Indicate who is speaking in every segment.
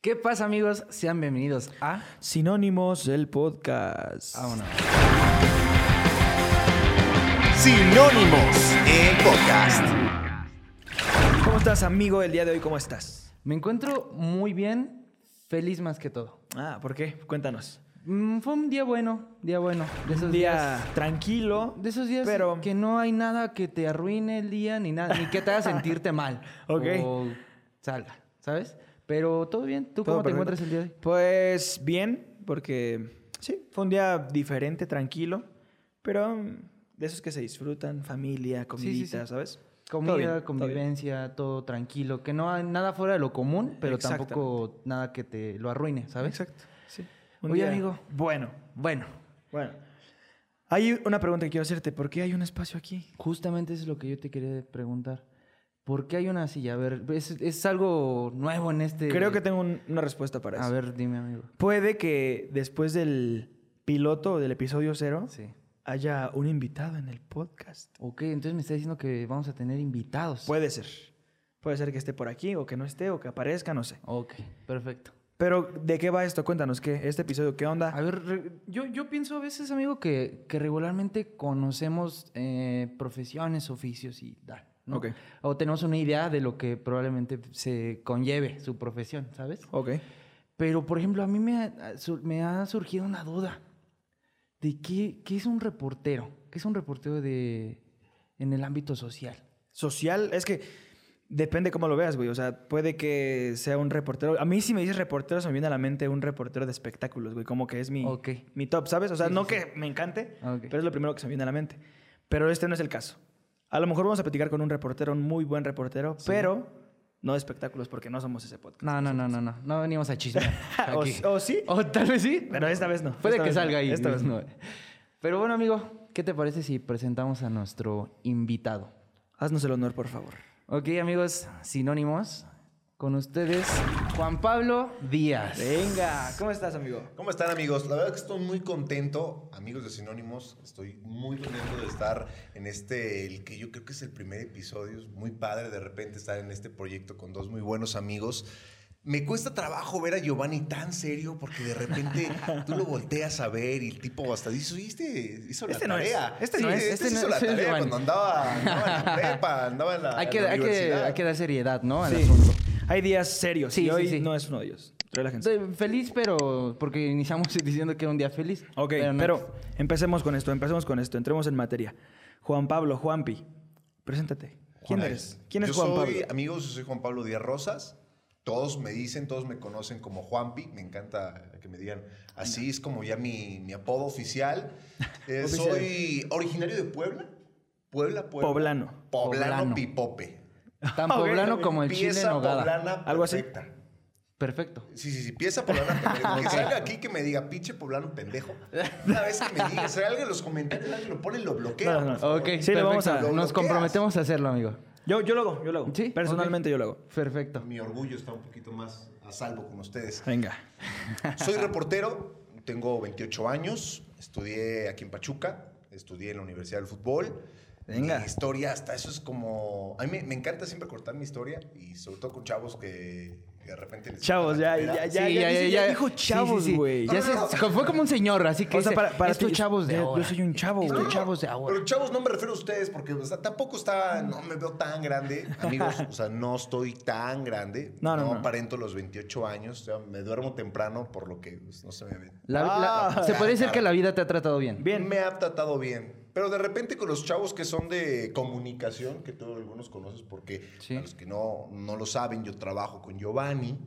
Speaker 1: ¿Qué pasa, amigos? Sean bienvenidos a.
Speaker 2: Sinónimos, el podcast.
Speaker 1: Vámonos.
Speaker 3: Sinónimos,
Speaker 1: Eh,
Speaker 3: el podcast.
Speaker 2: ¿Cómo estás, amigo? El día de hoy, ¿cómo estás?
Speaker 1: Me encuentro muy bien, feliz más que todo.
Speaker 2: Ah, ¿por qué? Cuéntanos.
Speaker 1: Mm, fue un día bueno, día bueno. De esos
Speaker 2: Un día
Speaker 1: días.
Speaker 2: tranquilo.
Speaker 1: De esos días
Speaker 2: Pero-
Speaker 1: que no hay nada que te arruine el día ni nada, ni que te haga sentirte mal.
Speaker 2: Ok.
Speaker 1: O salga, ¿sabes? Pero todo bien. ¿Tú cómo
Speaker 2: Todo
Speaker 1: te
Speaker 2: perfecto.
Speaker 1: encuentras el día de hoy?
Speaker 2: Pues bien, porque sí, fue un día diferente, tranquilo, pero mm, de esos que se disfrutan, familia,
Speaker 1: Sí, sí, sí.
Speaker 2: comidita, ¿sabes?
Speaker 1: Comida,
Speaker 2: Todo bien, todo bien.
Speaker 1: convivencia, todo tranquilo. Que no hay nada fuera de lo común, pero
Speaker 2: Exactamente.
Speaker 1: tampoco nada que te lo arruine, ¿sabes?
Speaker 2: Exacto, sí.
Speaker 1: Oye, amigo.
Speaker 2: Bueno,
Speaker 1: Bueno,
Speaker 2: bueno. Hay una pregunta que quiero hacerte. ¿Por qué hay un espacio aquí?
Speaker 1: Justamente eso es lo que yo te quería preguntar. ¿Por qué hay una silla? A ver, es, es algo nuevo en este.
Speaker 2: Creo que tengo un- una respuesta para eso.
Speaker 1: A ver, dime, amigo.
Speaker 2: Puede que después del piloto del episodio cero
Speaker 1: Sí.
Speaker 2: haya un invitado en el podcast.
Speaker 1: Ok, entonces me está diciendo que vamos a tener invitados.
Speaker 2: Puede ser. Puede ser que esté por aquí o que no esté o que aparezca, no sé.
Speaker 1: Ok, perfecto.
Speaker 2: Pero, ¿de qué va esto? Cuéntanos, ¿qué? ¿Este episodio qué onda?
Speaker 1: A ver, re- yo, yo pienso a veces, amigo, que, que regularmente conocemos eh, profesiones, oficios y tal. ¿no?
Speaker 2: Ok.
Speaker 1: O tenemos una idea de lo que probablemente se conlleve su profesión, ¿sabes?
Speaker 2: Ok.
Speaker 1: Pero, por ejemplo, a mí me ha, su- me ha surgido una duda de qué, qué es un reportero, qué es un reportero de, en el ámbito social.
Speaker 2: Social, es que depende cómo lo veas, güey. O sea, puede que sea un reportero. A mí, si me dices reportero, se me viene a la mente un reportero de espectáculos, güey. Como que es mi,
Speaker 1: Ok.
Speaker 2: mi top, ¿sabes? O sea,
Speaker 1: Sí, sí,
Speaker 2: no
Speaker 1: sí.
Speaker 2: que me encante,
Speaker 1: Ok.
Speaker 2: pero es lo primero que se me viene a la mente. Pero este no es el caso. A lo mejor vamos a platicar con un reportero, un muy buen reportero, pero no de espectáculos porque no somos ese podcast.
Speaker 1: No, no, no, no, no, no venimos a chismear.
Speaker 2: Ah, O-
Speaker 1: aquí.
Speaker 2: o sí.
Speaker 1: O tal vez sí.
Speaker 2: Pero esta vez no.
Speaker 1: Puede
Speaker 2: Esta
Speaker 1: que
Speaker 2: vez no.
Speaker 1: salga ahí.
Speaker 2: Esta vez no.
Speaker 1: Pero bueno, amigo, ¿qué te parece si presentamos a nuestro invitado?
Speaker 2: Haznos el honor, por favor.
Speaker 1: Ok, amigos, sinónimos. Con ustedes, Juan Pablo Díaz.
Speaker 2: Venga, ¿cómo estás, amigo?
Speaker 3: ¿Cómo están amigos? La verdad que estoy muy contento, amigos de Sinónimos, estoy muy contento de estar en este, el que yo creo que es el primer episodio, es muy padre de repente estar en este proyecto con dos muy buenos amigos. Me cuesta trabajo ver a Giovanni tan serio porque de repente tú lo volteas a ver y el tipo hasta dice, "Oye, este hizo la
Speaker 2: Este no es,
Speaker 3: tarea.
Speaker 2: este
Speaker 3: Sí,
Speaker 2: no es,
Speaker 1: este
Speaker 3: sí
Speaker 1: no
Speaker 3: hizo
Speaker 1: es,
Speaker 3: la
Speaker 1: este es
Speaker 3: tarea
Speaker 1: Giovanni.
Speaker 3: cuando andaba, andaba en la prepa, andaba en la,
Speaker 1: Hay
Speaker 3: en
Speaker 1: que,
Speaker 3: la
Speaker 1: hay, que,
Speaker 3: universidad.
Speaker 1: hay que dar seriedad, ¿no? Al
Speaker 2: Sí.
Speaker 1: asunto.
Speaker 2: Hay días serios
Speaker 1: Sí,
Speaker 2: y
Speaker 1: sí,
Speaker 2: hoy
Speaker 1: sí.
Speaker 2: no es uno de ellos. Relájense.
Speaker 1: Estoy feliz, pero porque iniciamos diciendo que era un día feliz.
Speaker 2: Ok,
Speaker 1: no
Speaker 2: pero
Speaker 1: es-
Speaker 2: empecemos con esto, empecemos con esto, entremos en materia. Juan Pablo, Juanpi, preséntate. ¿Quién
Speaker 3: Juan
Speaker 2: eres?
Speaker 3: Pablo.
Speaker 2: ¿Quién es
Speaker 3: Yo
Speaker 2: Juan
Speaker 3: soy,
Speaker 2: Pablo?
Speaker 3: Amigos, yo soy Juan Pablo Díaz Rosas. Todos me dicen, todos me conocen como Juanpi. Me encanta que me digan así, es como ya mi, mi apodo oficial. Eh,
Speaker 2: Oficial.
Speaker 3: Soy originario de Puebla. Puebla, Puebla.
Speaker 2: Poblano.
Speaker 3: Poblano,
Speaker 1: Poblano.
Speaker 3: pipope.
Speaker 1: Tan
Speaker 2: Ok,
Speaker 1: poblano
Speaker 2: ok.
Speaker 1: como el chile en
Speaker 3: Pieza
Speaker 1: nogada.
Speaker 3: poblana
Speaker 2: Algo así.
Speaker 3: perfecta.
Speaker 1: Perfecto.
Speaker 3: Sí, sí, sí, pieza poblana perfecta. Que salga aquí que me diga, pinche poblano pendejo. Una vez que me diga, salga en los comentarios, alguien lo pone y lo bloquea.
Speaker 2: No, no, no.
Speaker 3: por favor.
Speaker 1: Ok,
Speaker 2: Sí, lo vamos
Speaker 1: perfecto.
Speaker 2: a-
Speaker 1: Nos
Speaker 3: Lo bloqueas.
Speaker 1: comprometemos a hacerlo, amigo.
Speaker 2: Yo, yo lo hago, yo lo hago.
Speaker 1: Sí,
Speaker 2: Personalmente
Speaker 1: ok.
Speaker 2: yo lo hago.
Speaker 1: Perfecto.
Speaker 3: Mi orgullo está un poquito más a salvo con ustedes.
Speaker 2: Venga.
Speaker 3: Soy reportero, tengo 28 años, estudié aquí en Pachuca, estudié en la Universidad del Fútbol.
Speaker 2: Venga.
Speaker 3: Mi historia hasta eso es como... A mí me, me encanta siempre cortar mi historia y sobre todo con chavos que que de repente... les-
Speaker 2: Chavos, ya, ya, ya, ya, dice- ya dijo
Speaker 1: Sí, sí,
Speaker 2: chavos,
Speaker 1: sí.
Speaker 2: güey.
Speaker 1: Ya
Speaker 3: No, no,
Speaker 1: se-
Speaker 3: no.
Speaker 1: fue como un señor, así que
Speaker 2: O sea,
Speaker 1: dice,
Speaker 2: para- para
Speaker 1: estos
Speaker 2: ti-
Speaker 1: chavos de
Speaker 2: yo- yo
Speaker 1: ahora.
Speaker 2: soy un chavo,
Speaker 1: Estos
Speaker 2: güey.
Speaker 1: chavos de ahora.
Speaker 3: Pero chavos, no me refiero a ustedes porque o sea, tampoco está, no me veo tan grande, amigos. O sea, no estoy tan grande.
Speaker 2: No, no, no.
Speaker 3: aparento los 28 años. O sea, me duermo temprano, por lo que pues, no se me ven.
Speaker 1: La- la-
Speaker 2: Ah.
Speaker 1: se puede decir que la vida te ha tratado bien.
Speaker 2: Bien.
Speaker 3: Me ha tratado bien. Pero de repente con los chavos que son de comunicación, que tú algunos conoces, porque
Speaker 1: Sí.
Speaker 3: a los que no, no lo saben, yo trabajo con Giovanni.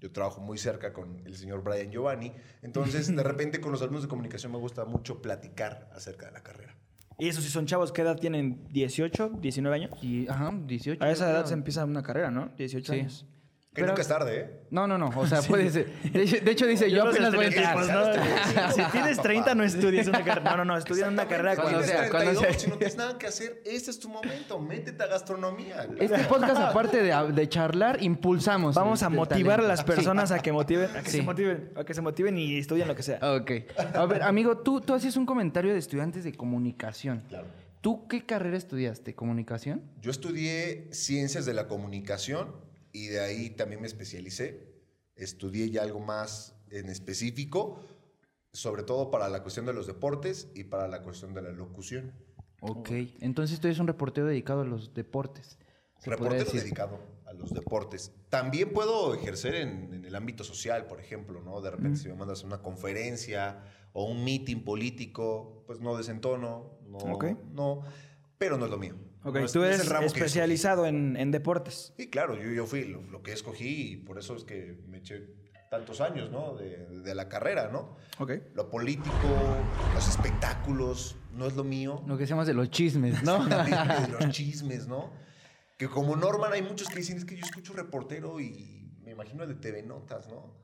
Speaker 3: Yo trabajo muy cerca con el señor Brian Giovanni. Entonces, de repente con los alumnos de comunicación me gusta mucho platicar acerca de la carrera.
Speaker 2: Y eso sí son chavos, ¿qué edad tienen? ¿18, 19 años?
Speaker 1: Y, ajá, 18.
Speaker 2: A esa
Speaker 1: yo
Speaker 2: edad
Speaker 1: creo.
Speaker 2: se empieza una carrera, ¿no? 18
Speaker 1: Sí.
Speaker 2: años.
Speaker 3: Que
Speaker 1: Pero-
Speaker 3: nunca es tarde, ¿eh?
Speaker 1: No, no, no. O sea, puede ser. De hecho, de hecho dice, yo,
Speaker 2: creo que
Speaker 1: apenas voy a
Speaker 2: desde
Speaker 1: entrar.
Speaker 2: los
Speaker 3: ¿sabes?
Speaker 2: 30, Si tienes 30 no estudias una carrera. No, no, no, estudias una carrera
Speaker 1: Cuando
Speaker 2: cuando
Speaker 3: cuando
Speaker 1: sea,
Speaker 3: tienes
Speaker 1: cuando
Speaker 3: 32,
Speaker 1: sea.
Speaker 3: si no tienes nada que hacer, este es tu momento. Métete a gastronomía.
Speaker 1: Este podcast, aparte de, de charlar, impulsamos.
Speaker 2: Vamos
Speaker 1: el-
Speaker 2: a
Speaker 1: el
Speaker 2: motivar a
Speaker 1: talento.
Speaker 2: las personas a que motiven, a que
Speaker 1: Sí.
Speaker 2: se motiven, a que se motiven y estudien lo que sea.
Speaker 1: Ok. A ver, amigo, tú, tú hacías un comentario de estudiantes de comunicación.
Speaker 3: Claro.
Speaker 1: ¿Tú qué carrera estudiaste? ¿Comunicación?
Speaker 3: Yo estudié ciencias de la comunicación y de ahí también me especialicé. estudié ya algo más en específico, sobre todo para la cuestión de los deportes y para la cuestión de la locución.
Speaker 1: Ok. Entonces tú eres un reportero dedicado a los deportes. se podría
Speaker 3: Reportero
Speaker 1: decir.
Speaker 3: dedicado a los deportes. También puedo ejercer en, en el ámbito social, por ejemplo, ¿no? De repente si me mandas a una conferencia o un meeting político, pues no desentono, no,
Speaker 2: Ok.
Speaker 3: no, pero no es lo mío.
Speaker 2: Ok,
Speaker 3: No es-
Speaker 2: tú
Speaker 3: no es
Speaker 2: eres
Speaker 3: el ramo que
Speaker 2: especializado en, en deportes.
Speaker 3: escogí. Sí, claro, yo, yo fui lo, lo que escogí y por eso es que me eché tantos años, ¿no? De, de la carrera, ¿no?
Speaker 2: Ok.
Speaker 3: Lo político, los espectáculos, no es lo mío.
Speaker 1: Lo que se llama de los chismes, ¿no?
Speaker 3: de los chismes, ¿no? Que como Norman hay muchos que dicen, es que yo escucho reportero y me imagino de TV Notas, ¿no?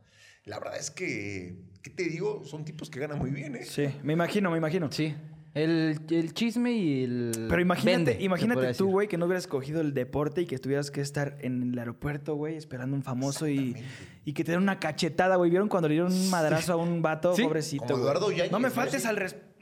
Speaker 3: La verdad es que, ¿qué te digo? Son tipos que ganan muy bien, ¿eh?
Speaker 2: Sí, me imagino, me imagino.
Speaker 1: sí. El, el chisme y el.
Speaker 2: Pero imagínate,
Speaker 1: vende, se podría
Speaker 2: imagínate
Speaker 1: decir.
Speaker 2: tú, güey, que no hubieras cogido el deporte y que tuvieras que estar en el aeropuerto, güey, esperando un famoso y, y que te den una cachetada, güey. ¿Vieron cuando le dieron un madrazo a un vato,
Speaker 1: Sí. Ah,
Speaker 2: pobrecito?
Speaker 3: Como
Speaker 2: güey?
Speaker 3: Eduardo Yáñez,
Speaker 2: No me
Speaker 3: ¿no?
Speaker 2: faltes
Speaker 3: Sí.
Speaker 2: al respeto.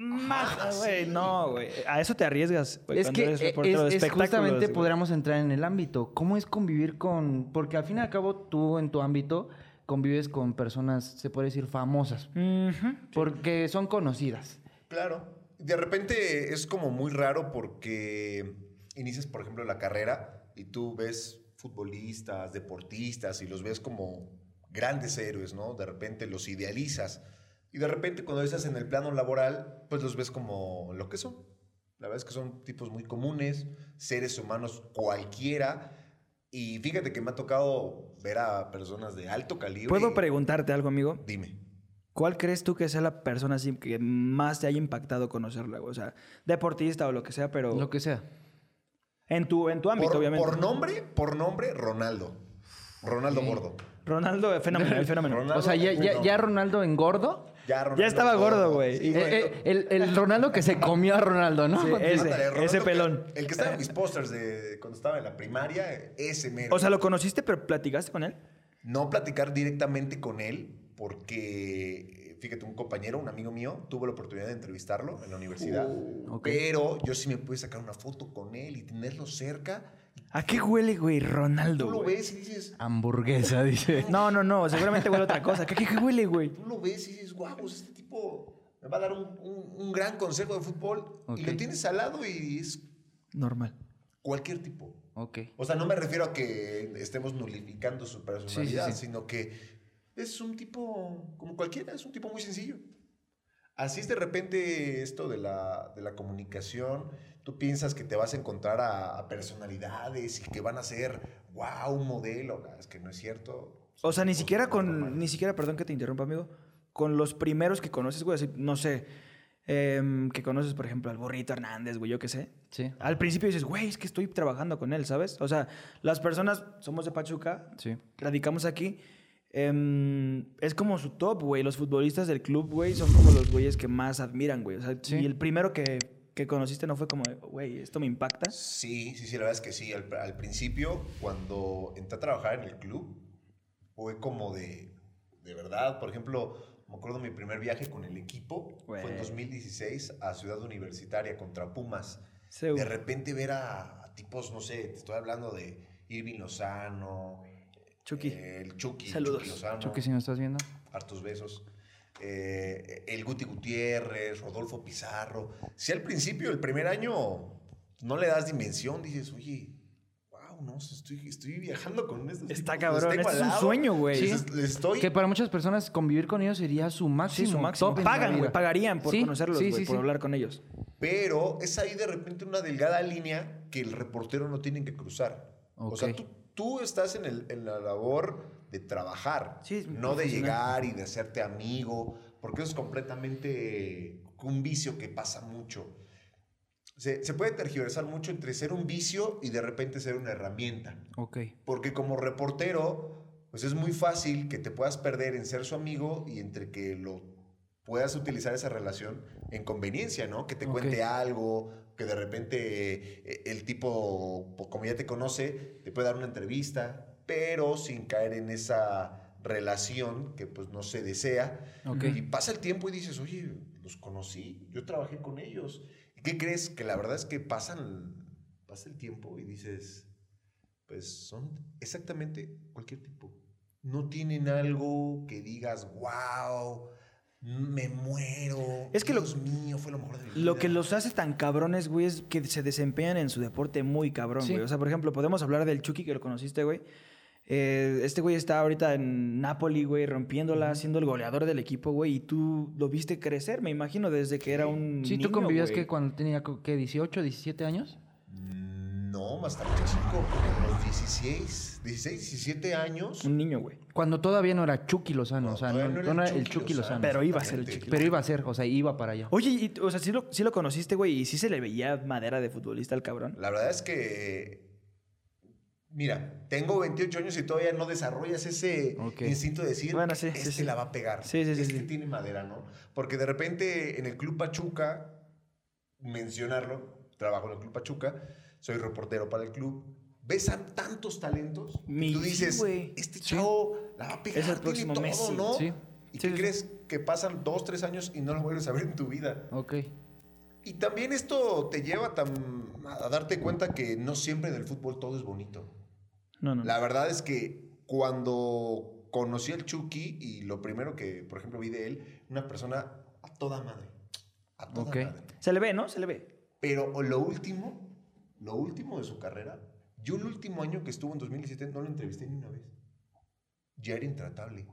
Speaker 2: güey, no, güey. A eso te arriesgas, güey,
Speaker 1: Es
Speaker 2: Pues cuando
Speaker 1: que
Speaker 2: eres
Speaker 1: eh,
Speaker 2: reportero de
Speaker 1: es, es
Speaker 2: espectáculos,
Speaker 1: justamente
Speaker 2: güey.
Speaker 1: podríamos entrar en el ámbito. ¿Cómo es convivir con...? Porque al fin y al cabo tú en tu ámbito convives con personas, se puede decir, famosas.
Speaker 2: Ujú.
Speaker 1: Porque son conocidas.
Speaker 3: Claro. De repente es como muy raro porque inicias, por ejemplo, la carrera y tú ves futbolistas, deportistas y los ves como grandes héroes, ¿no? De repente los idealizas. Y de repente cuando estás en el plano laboral, pues los ves como lo que son. La verdad es que son tipos muy comunes, seres humanos cualquiera. Y fíjate que me ha tocado ver a personas de alto calibre.
Speaker 2: ¿Puedo preguntarte algo, amigo?
Speaker 3: Dime.
Speaker 2: ¿Cuál crees tú que sea la persona así que más te haya impactado conocerla? güey? O sea, deportista o lo que sea, pero...
Speaker 1: Lo que sea.
Speaker 2: En tu, en tu ámbito,
Speaker 3: por,
Speaker 2: obviamente.
Speaker 3: por nombre, por nombre, Ronaldo. Ronaldo Gordo.
Speaker 2: Ronaldo, el fenómeno, el fenómeno.
Speaker 3: Ronaldo,
Speaker 1: o sea, ya, ya, ya Ronaldo engordo.
Speaker 3: Ya, Ronaldo
Speaker 2: estaba gordo, güey.
Speaker 3: Sí,
Speaker 2: Y-
Speaker 3: güey.
Speaker 1: Eh, eh, el, el Ronaldo que se comió a Ronaldo, ¿no?
Speaker 2: Sí,
Speaker 1: Porque-
Speaker 2: ese,
Speaker 3: Ándale, Ronaldo
Speaker 2: ese
Speaker 3: que-
Speaker 2: pelón.
Speaker 3: el que estaba en mis pósters de cuando estaba en la primaria, ese mero.
Speaker 2: O sea, lo conociste, pero platicaste con él.
Speaker 3: no platicar directamente con él porque, fíjate, un compañero, un amigo mío, tuvo la oportunidad de entrevistarlo en la universidad.
Speaker 2: Uh,
Speaker 1: ok.
Speaker 3: Pero yo sí me pude sacar una foto con él y tenerlo cerca.
Speaker 2: ¿A qué huele, güey, Ronaldo?
Speaker 3: Tú lo
Speaker 2: güey?
Speaker 3: ves y dices,
Speaker 1: Hamburguesa, dice.
Speaker 2: No, no, no, seguramente huele a otra cosa. ¿Qué, qué- qué huele, güey?
Speaker 3: tú lo ves y dices, guau, pues este tipo me va a dar un, un- un gran consejo de fútbol. Y
Speaker 1: Ok.
Speaker 3: lo tienes al lado y es
Speaker 2: Normal.
Speaker 3: cualquier tipo.
Speaker 1: Ok.
Speaker 3: O sea, no me refiero a que estemos nulificando su personalidad,
Speaker 1: Sí, sí, sí.
Speaker 3: sino que es un tipo como cualquiera, es un tipo muy sencillo. Así es de repente esto de la, de la comunicación. Tú piensas que te vas a encontrar a, a personalidades y que van a ser, wow, un modelo. No, Es que no es cierto.
Speaker 2: O sea, ni
Speaker 3: Somos
Speaker 2: siquiera
Speaker 3: normal.
Speaker 2: con, ni siquiera, perdón que te interrumpa, amigo, con los primeros que conoces, güey, así, no sé, em, que conoces, por ejemplo, al burrito Hernández, güey, yo qué sé.
Speaker 1: Sí,
Speaker 2: Al principio dices, güey, es que estoy trabajando con él, ¿sabes? O sea, las personas somos de Pachuca,
Speaker 1: sí.
Speaker 2: radicamos aquí. em, es como su top, güey. Los futbolistas del club, güey, son como los güeyes que más admiran, güey. O sea,
Speaker 1: Sí.
Speaker 2: y el primero que, que conociste no fue como, güey, esto me impacta.
Speaker 3: Sí, sí, sí, la verdad es que sí. Al, al principio, cuando entré a trabajar en el club, fue como de, de verdad. Por ejemplo, me acuerdo mi primer viaje con el equipo fue
Speaker 2: Güey.
Speaker 3: en 2016 a Ciudad Universitaria contra Pumas.
Speaker 2: Se-
Speaker 3: De repente ver a, a tipos, no sé, te estoy hablando de Irving Lozano,
Speaker 2: Chucky.
Speaker 3: eh, el Chucky,
Speaker 2: Saludos.
Speaker 3: Chucky Lozano,
Speaker 1: Chucky, si no estás viendo.
Speaker 3: hartos besos. eh, el Guti Gutiérrez, Rodolfo Pizarro. Si al principio, el primer año, no le das dimensión, dices, oye, wow, no, si estoy, estoy viajando con estos
Speaker 2: Está
Speaker 3: tipos, los
Speaker 2: cabrón, este
Speaker 3: tengo al
Speaker 2: es un
Speaker 3: lado,
Speaker 2: sueño, güey.
Speaker 3: les-
Speaker 2: Sí.
Speaker 3: les estoy
Speaker 1: Que para muchas personas convivir con ellos sería su máximo.
Speaker 2: Sí, su máximo.
Speaker 1: top en la
Speaker 2: Pagan, güey.
Speaker 1: vida.
Speaker 2: Pagarían por
Speaker 1: Sí,
Speaker 2: conocerlos,
Speaker 1: sí,
Speaker 2: güey,
Speaker 1: sí,
Speaker 2: por
Speaker 1: sí.
Speaker 2: hablar con ellos.
Speaker 3: Pero es ahí de repente una delgada línea que el reportero no tiene que cruzar. O sea,
Speaker 1: Ok.
Speaker 3: tú, tú estás en, el- en la labor de trabajar,
Speaker 2: Sí, es
Speaker 3: no de
Speaker 2: profesional.
Speaker 3: llegar y de hacerte amigo, porque eso es completamente un vicio que pasa mucho. Se, se puede tergiversar mucho entre ser un vicio y de repente ser una herramienta.
Speaker 1: Ok.
Speaker 3: Porque como reportero, pues es muy fácil que te puedas perder en ser su amigo y entre que lo puedas utilizar esa relación en conveniencia, ¿no? Que te
Speaker 1: Ok.
Speaker 3: cuente algo, que de repente eh, el tipo, po- como ya te conoce, te puede dar una entrevista, pero sin caer en esa relación que pues no se desea.
Speaker 1: Ok.
Speaker 3: Y pasa el tiempo y dices, oye, los conocí, yo trabajé con ellos. ¿Y qué crees? Que la verdad es que pasan, pasa el tiempo y dices, pues son exactamente cualquier tipo. no tienen algo que digas, wow, me muero.
Speaker 2: Es que lo-
Speaker 3: Dios mío, fue lo mejor de mi
Speaker 2: Lo
Speaker 3: vida".
Speaker 2: que los hace tan cabrones, güey, es que se desempeñan en su deporte muy cabrón,
Speaker 1: Sí.
Speaker 2: güey. O sea, por ejemplo, podemos hablar del Chucky que lo conociste, güey. Eh, este güey está ahorita en Napoli, güey, rompiéndola, siendo el goleador del equipo, güey. Y tú lo viste crecer, me imagino, desde que era un.
Speaker 1: Sí, tú
Speaker 2: niño,
Speaker 1: convivías
Speaker 2: güey.
Speaker 1: que cuando tenía, ¿qué? ¿18, 17 años?
Speaker 3: No, más tarde, chico, como los 16, 16, 17 años.
Speaker 2: Un niño, güey.
Speaker 1: Cuando todavía no era Chucky Lozano,
Speaker 3: No,
Speaker 1: o sea, no,
Speaker 3: todavía no era
Speaker 1: no era
Speaker 3: el
Speaker 1: el
Speaker 3: Chucky
Speaker 1: Chucky Lozano.
Speaker 3: Lozano.
Speaker 2: Pero iba a ser el
Speaker 3: Exactamente.
Speaker 2: Chucky.
Speaker 1: Pero iba a ser, o sea, iba para allá.
Speaker 2: Oye, y, o sea, sí lo, sí lo conociste, güey, y sí se le veía madera de futbolista al cabrón.
Speaker 3: La verdad es que, mira, tengo 28 años y todavía no desarrollas ese
Speaker 1: Ok.
Speaker 3: instinto de decir,
Speaker 2: Bueno, sí, sí,
Speaker 3: este
Speaker 2: sí.
Speaker 3: la va a pegar,
Speaker 2: Sí, sí, sí,
Speaker 3: este
Speaker 2: sí.
Speaker 3: tiene madera, ¿no? Porque de repente en el Club Pachuca, mencionarlo, trabajo en el Club Pachuca, soy reportero para el club, ves a tantos talentos, que
Speaker 2: Mi-
Speaker 3: tú dices,
Speaker 2: sí, güey.
Speaker 3: este chavo la va a pegar,
Speaker 2: Es el
Speaker 3: tiene
Speaker 2: próximo
Speaker 3: todo,
Speaker 2: Messi".
Speaker 3: ¿no?
Speaker 1: Sí.
Speaker 2: Sí,
Speaker 3: ¿Y qué
Speaker 2: sí, sí.
Speaker 3: crees que pasan dos, tres años y no lo vuelves a ver en tu vida?
Speaker 1: Ok.
Speaker 3: Y también esto te lleva tam- a darte cuenta que no siempre en el fútbol todo es bonito.
Speaker 2: No, no.
Speaker 3: La verdad es que cuando conocí al Chucky y lo primero que, por ejemplo, vi de él, una persona a toda madre. A toda
Speaker 1: Ok.
Speaker 3: madre.
Speaker 2: Se le ve, ¿no? Se le ve.
Speaker 3: Pero lo último, lo último de su carrera, yo el último año que estuvo en 2017 no lo entrevisté ni una vez. Ya era intratable.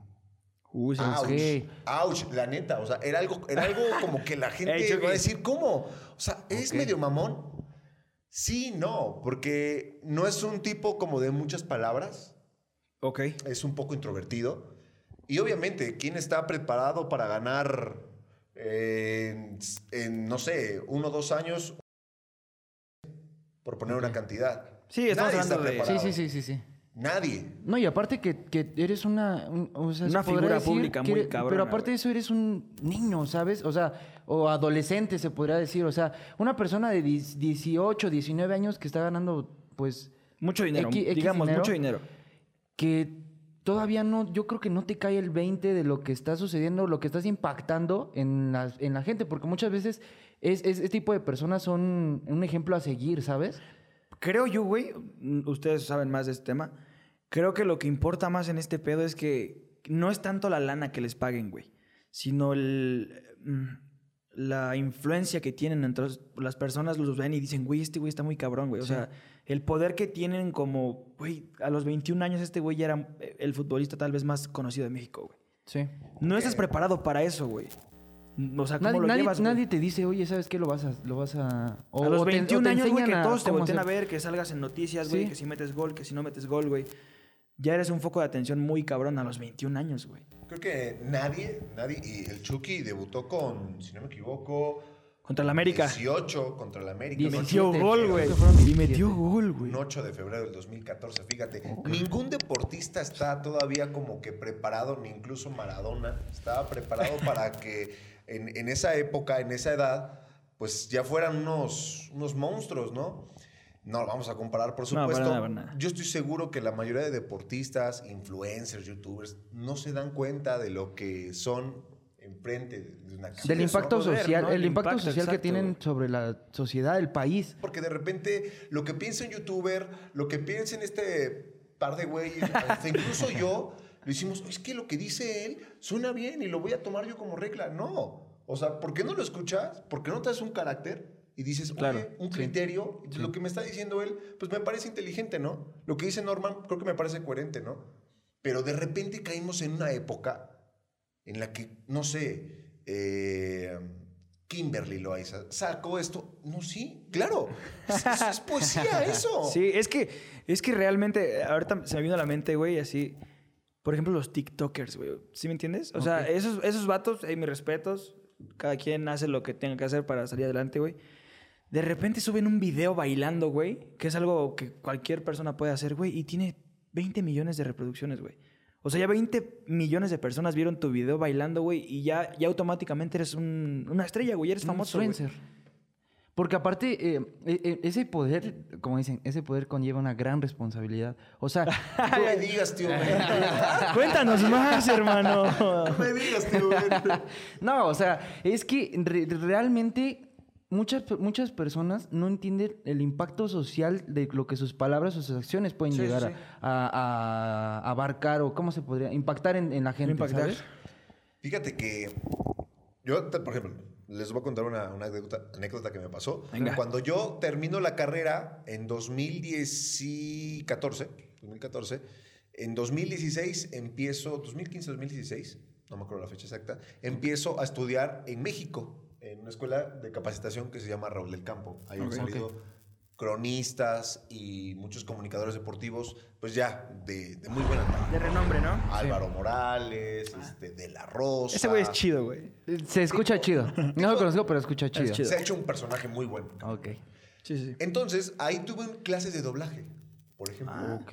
Speaker 2: Uy, se
Speaker 3: Ouch,
Speaker 1: Pues, ok.
Speaker 3: ouch, la neta, o sea, era algo, era algo como que la gente
Speaker 2: Ey, Chucky.
Speaker 3: va a decir, ¿cómo? O sea, ¿es
Speaker 1: Ok.
Speaker 3: medio mamón? Sí, no, porque no es un tipo como de muchas palabras,
Speaker 2: Ok.
Speaker 3: es un poco introvertido. Y obviamente, ¿quién está preparado para ganar, eh, en, en, no sé, uno o dos años, por poner una cantidad?
Speaker 2: Sí, estamos
Speaker 3: Nadie está
Speaker 2: hablando de-
Speaker 1: Sí,
Speaker 3: preparado.
Speaker 1: sí, sí, sí, sí.
Speaker 3: Nadie.
Speaker 1: No, y aparte que, que eres una... un- o sea, se
Speaker 2: Una
Speaker 1: podrá
Speaker 2: figura
Speaker 1: decir
Speaker 2: pública
Speaker 1: que
Speaker 2: muy
Speaker 1: eres-
Speaker 2: cabrona,
Speaker 1: Pero aparte
Speaker 2: güey.
Speaker 1: de eso eres un niño, ¿sabes? O sea, o adolescente se podría decir. O sea, una persona de 10 18, 19 años que está ganando, pues,
Speaker 2: Mucho dinero.
Speaker 1: X- X
Speaker 2: digamos,
Speaker 1: dinero.
Speaker 2: mucho dinero.
Speaker 1: que todavía no, yo creo que no te cae el 20 de lo que está sucediendo, lo que estás impactando en la, en la gente, porque muchas veces es, es- este tipo de personas son un ejemplo a seguir, ¿sabes?
Speaker 2: Creo yo, güey, mm, ustedes saben más de este tema. Creo que lo que importa más en este pedo es que no es tanto la lana que les paguen, güey, sino el, mm, la influencia que tienen. Entonces, las personas los ven y dicen, güey, este güey está muy cabrón, güey. O
Speaker 1: Sí.
Speaker 2: sea, el poder que tienen como, güey, a los 21 años este güey ya era eh, el futbolista tal vez más conocido de México, güey.
Speaker 1: Sí.
Speaker 2: No estás preparado para eso, güey. O sea, ¿cómo
Speaker 1: Nadie,
Speaker 2: lo
Speaker 1: nadie-
Speaker 2: llevas, güey?
Speaker 1: nadie te dice, oye, ¿sabes qué? Lo vas a... Lo vas a... o-
Speaker 2: a los
Speaker 1: o te- o te
Speaker 2: 21 años, güey, que
Speaker 1: enseñan a
Speaker 2: todos te
Speaker 1: cómo
Speaker 2: volteen a
Speaker 1: hacer-
Speaker 2: ver, que salgas en noticias, güey,
Speaker 1: Sí.
Speaker 2: que si metes gol, que si no metes gol, güey. Ya eres un foco de atención muy cabrón a los 21 años, güey.
Speaker 3: Creo que nadie, nadie, y el Chucky debutó con, si no me equivoco,
Speaker 2: Contra la América.
Speaker 3: 18 contra el América.
Speaker 1: Dieciocho.
Speaker 3: Un
Speaker 2: Metió
Speaker 1: 17,
Speaker 2: gol,
Speaker 1: creo
Speaker 2: güey.
Speaker 1: que fueron
Speaker 2: Y metió
Speaker 1: 17.
Speaker 2: gol, güey.
Speaker 3: 8 de febrero del 2014, fíjate, ningún deportista está todavía como que preparado, ni incluso Maradona estaba preparado para que en, en esa época, en esa edad, pues ya fueran unos, unos monstruos, ¿no? No lo vamos a comparar, por
Speaker 2: No, para
Speaker 3: supuesto.
Speaker 2: nada, para nada.
Speaker 3: Yo estoy seguro que la mayoría de deportistas, influencers, youtubers, no se dan cuenta de lo que son enfrente de una cámara.
Speaker 1: Del
Speaker 2: Sí, eso,
Speaker 1: impacto
Speaker 2: poder,
Speaker 1: social,
Speaker 2: ¿no?
Speaker 1: el
Speaker 2: El
Speaker 1: impacto,
Speaker 2: impacto,
Speaker 1: social que
Speaker 2: exacto,
Speaker 1: tienen
Speaker 2: güey.
Speaker 1: sobre la sociedad, el país.
Speaker 3: Porque de repente lo que piensa un youtuber, lo que piensa en este par de güeyes, hasta incluso yo, lo hicimos, es que lo que dice él suena bien y lo voy a tomar yo como regla. No. O sea, ¿por qué no lo escuchas? ¿Por qué no te das un carácter? Y dices, oye,
Speaker 2: Claro,
Speaker 3: un
Speaker 1: sí.
Speaker 3: criterio, lo que me está diciendo él, pues me parece inteligente, ¿no? Lo que dice Norman, creo que me parece coherente, ¿no? Pero de repente caímos en una época en la que, no sé, eh, Kimberly Loaiza sacó esto. No, sí, claro. Es, es- es poesía eso.
Speaker 2: Sí, es que, es que realmente, eh, ahorita se me vino a la mente, güey, así. Por ejemplo, los TikTokers, güey. ¿Sí me entiendes? O sea,
Speaker 1: Ok.
Speaker 2: esos, esos vatos, eh, mis respetos. Cada quien hace lo que tenga que hacer para salir adelante, güey. De repente suben un video bailando, güey, que es algo que cualquier persona puede hacer, güey, y tiene 20 millones de reproducciones, güey. O sea, ya 20 millones de personas vieron tu video bailando, güey, y ya, ya automáticamente eres un- una estrella, güey, eres
Speaker 1: un
Speaker 2: famoso. güey.
Speaker 1: influencer. Porque aparte, eh, eh, eh, ese poder, como dicen, ese poder conlleva una gran responsabilidad. O sea,
Speaker 3: No me digas, tío. Ben.
Speaker 2: Cuéntanos más, hermano.
Speaker 3: No me digas, tío. Ben.
Speaker 1: no, o sea, es que re- realmente muchas, muchas personas no entienden el impacto social de lo que sus palabras o sus acciones pueden
Speaker 2: Sí, sí,
Speaker 1: llegar a-
Speaker 2: sí.
Speaker 1: A, a abarcar o cómo se podría impactar en, en la gente.
Speaker 2: Impactar.
Speaker 1: ¿sabes?
Speaker 3: Fíjate que yo, te- por ejemplo, les voy a contar una, una anécdota, anécdota que me pasó.
Speaker 2: Venga.
Speaker 3: Cuando yo termino la carrera en 2014, 2014, en 2016 empiezo, 2015, 2016, no me acuerdo la fecha exacta, empiezo a estudiar en México, en una escuela de capacitación que se llama Raúl del Campo. Ahí han
Speaker 2: Ok.
Speaker 3: salido cronistas y muchos comunicadores deportivos, pues ya, de, de muy buena talla.
Speaker 2: De renombre, ¿no?
Speaker 3: Álvaro Morales, este, De La Rosa.
Speaker 2: Ah. Ese güey es chido, güey.
Speaker 1: Se escucha chido. No lo conozco, pero escucha chido.
Speaker 2: chido.
Speaker 3: Se ha hecho un personaje muy bueno.
Speaker 1: Ok.
Speaker 2: Sí, sí.
Speaker 3: Entonces, ahí tuve clases de doblaje, por ejemplo.
Speaker 2: Ah,
Speaker 1: Ok.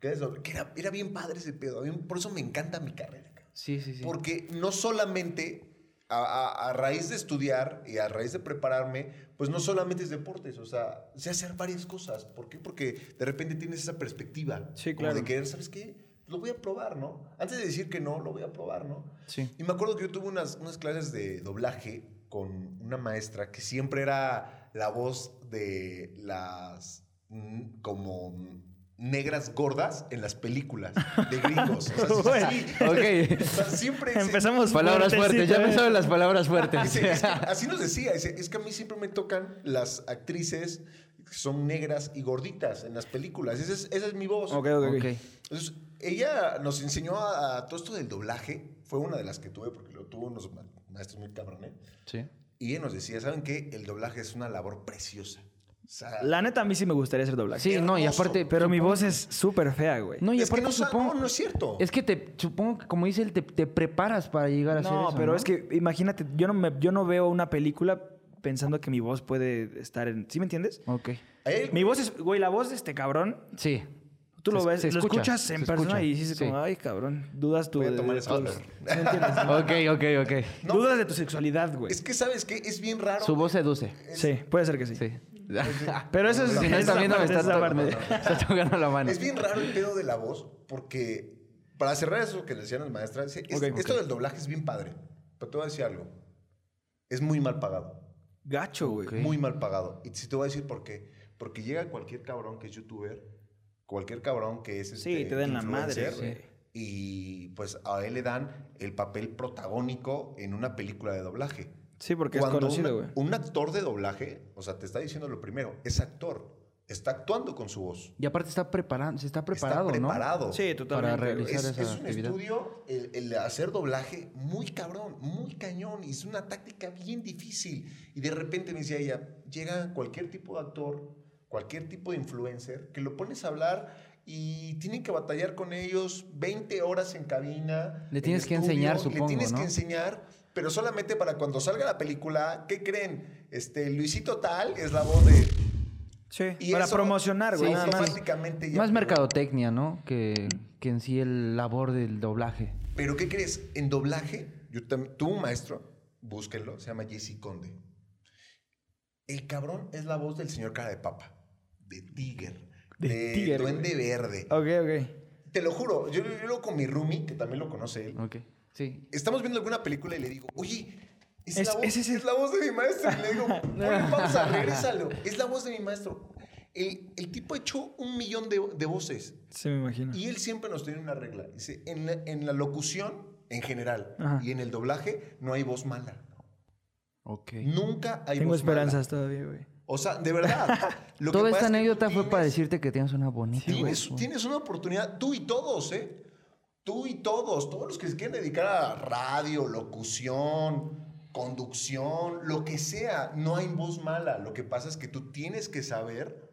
Speaker 3: Clases de doblaje, Que era, era bien padre ese pedo. A mí por eso me encanta mi carrera. cabrón.
Speaker 1: Sí, sí, sí.
Speaker 3: Porque no solamente a, a- a raíz de estudiar y a raíz de prepararme, pues no solamente es deportes, o sea, sé hacer varias cosas. ¿Por qué? Porque de repente tienes esa perspectiva.
Speaker 2: Sí,
Speaker 3: como
Speaker 2: claro.
Speaker 3: de querer, ¿sabes qué? Lo voy a probar, ¿no? Antes de decir que no, lo voy a probar, ¿no?
Speaker 1: Sí.
Speaker 3: Y me acuerdo que yo tuve unas, unas clases de doblaje con una maestra que siempre era la voz de las mm, como mm, negras gordas en las películas de gringos. O sea, sí,
Speaker 2: Bueno,
Speaker 3: sí.
Speaker 1: ok.
Speaker 3: O sea, siempre se-
Speaker 2: Empezamos
Speaker 1: Palabras fuertes, ya me
Speaker 2: fuertecito,
Speaker 1: saben las palabras fuertes.
Speaker 3: dice, es que- así nos decía, dice, es que a mí siempre me tocan las actrices que son negras y gorditas en las películas. Esa es, esa es mi voz.
Speaker 2: Ok, ok, ok.
Speaker 1: Ok.
Speaker 3: Entonces, ella nos enseñó a, a todo esto del doblaje. Fue una de las que tuve, porque lo tuvo unos ma- maestros muy cabrones.
Speaker 1: Sí.
Speaker 3: Y ella nos decía, ¿saben qué? El doblaje es una labor preciosa. O sea,
Speaker 2: La neta, a mí sí me gustaría ser doblaje.
Speaker 1: Sí, no, y
Speaker 3: hermoso.
Speaker 1: aparte,
Speaker 2: Pero
Speaker 1: pero
Speaker 2: mi voz es súper fea, güey.
Speaker 1: No, y
Speaker 3: es que
Speaker 1: aparte
Speaker 3: no, sa-
Speaker 1: supongo.
Speaker 3: no, no es cierto.
Speaker 1: Es que te supongo que como dice él, te, te preparas para llegar a hacer
Speaker 2: No,
Speaker 1: eso,
Speaker 2: pero es que imagínate, yo no, me, yo no veo una película pensando que mi voz puede estar en... ¿Sí me entiendes?
Speaker 1: Ok.
Speaker 3: Hay algo-
Speaker 2: Mi voz es... Güey, la voz de este cabrón,
Speaker 1: Sí.
Speaker 2: tú lo
Speaker 1: Se-
Speaker 2: ves,
Speaker 1: se
Speaker 2: lo
Speaker 1: escucha,
Speaker 2: escuchas en
Speaker 1: se
Speaker 2: persona
Speaker 1: escucha,
Speaker 2: y dices
Speaker 1: sí.
Speaker 2: como, ay, cabrón, dudas tu...
Speaker 3: Voy a
Speaker 2: de-
Speaker 3: tomar
Speaker 2: de-
Speaker 3: el color.
Speaker 2: ¿Sí me entiendes?
Speaker 1: Ok, ok, ok.
Speaker 3: No.
Speaker 2: Dudas de tu sexualidad, güey.
Speaker 3: Es que, ¿sabes qué? Es bien raro.
Speaker 1: Su voz seduce.
Speaker 2: Sí, puede ser que sí.
Speaker 1: Sí.
Speaker 2: Pero eso es...
Speaker 1: Si no
Speaker 2: esa
Speaker 1: está viendo, me
Speaker 2: parte,
Speaker 1: está,
Speaker 2: esa
Speaker 1: to-
Speaker 2: parte.
Speaker 1: me está tocando la mano.
Speaker 3: Es bien raro el pedo de la voz, porque para cerrar eso que le decían las maestras, dice, es-
Speaker 2: Ok, ok.
Speaker 3: esto del doblaje es bien padre. Pero te voy a decir algo. Es muy mal pagado.
Speaker 2: Gacho, güey.
Speaker 1: Ok.
Speaker 3: Muy mal pagado. Y si te voy a decir por qué. Porque llega cualquier cabrón que es youtuber, cualquier cabrón que es. este,
Speaker 2: Sí, te den la madre,
Speaker 3: influencer,
Speaker 2: güey.
Speaker 3: Y pues a él le dan el papel protagónico en una película de doblaje.
Speaker 2: Sí, porque es
Speaker 3: Cuando
Speaker 2: conocido, güey.
Speaker 3: una- un actor de doblaje, o sea, te está diciendo lo primero, es actor. Está actuando con su voz.
Speaker 1: Y aparte está preparando, se está preparado,
Speaker 3: está preparado.
Speaker 2: Sí, totalmente.
Speaker 1: Para
Speaker 2: güey.
Speaker 1: realizar-
Speaker 3: Es,
Speaker 1: esa
Speaker 3: es un
Speaker 1: actividad.
Speaker 3: estudio, el, el hacer doblaje muy cabrón, muy cañón, y es una táctica bien difícil. Y de repente me decía ella, llega cualquier tipo de actor, cualquier tipo de influencer, que lo pones a hablar y tienen que batallar con ellos 20 horas en cabina.
Speaker 1: Le
Speaker 3: en
Speaker 1: tienes que enseñar, supongo,
Speaker 3: Le tienes
Speaker 1: ¿no?
Speaker 3: que enseñar, pero solamente para cuando salga la película, ¿qué creen? Este, Luisito Tal es la voz de...
Speaker 2: Sí,
Speaker 3: y
Speaker 2: para
Speaker 3: eso
Speaker 2: promocionar, güey. nada más.
Speaker 3: automáticamente ya
Speaker 1: Más
Speaker 3: quedó.
Speaker 1: mercadotecnia, ¿no? Que, que en sí el labor del doblaje.
Speaker 3: Pero ¿qué crees? En doblaje, yo tam- tuve un maestro, búsquenlo, se llama Jesse Conde. El cabrón es la voz del señor cara de papa, de Tiger,
Speaker 2: De
Speaker 3: de,
Speaker 2: Tiger, Ah.
Speaker 3: Duende Verde.
Speaker 2: Ok, ok.
Speaker 3: Te lo juro, yo yo lo con mi roomie, que también lo conoce él.
Speaker 1: Ok. Sí.
Speaker 3: Estamos viendo alguna película y le digo, oye, es,
Speaker 2: Es-
Speaker 3: la, voz,
Speaker 2: es ese-
Speaker 3: es la voz de mi maestro. Y le digo, ponle pausa, regrésalo. Es la voz de mi maestro. El, el tipo echó un millón de- de voces.
Speaker 2: Sí, me imagino.
Speaker 3: Y él siempre nos tiene una regla. Dice, en la, en la locución en general
Speaker 2: Ajá.
Speaker 3: y en el doblaje no hay voz mala.
Speaker 1: Ok.
Speaker 3: Nunca hay
Speaker 2: Tengo
Speaker 3: voz
Speaker 2: esperanzas todavía, güey.
Speaker 3: mala. O sea, de verdad. lo que
Speaker 1: Toda
Speaker 3: pasa
Speaker 1: esta
Speaker 3: es que
Speaker 1: anécdota fue
Speaker 3: tienes-
Speaker 1: para decirte que tienes una bonita.
Speaker 3: Tienes,
Speaker 1: voz.
Speaker 3: tienes una oportunidad, tú y todos, ¿eh? Tú y todos, todos los que se quieren dedicar a radio, locución, conducción, lo que sea, no hay voz mala. Lo que pasa es que tú tienes que saber,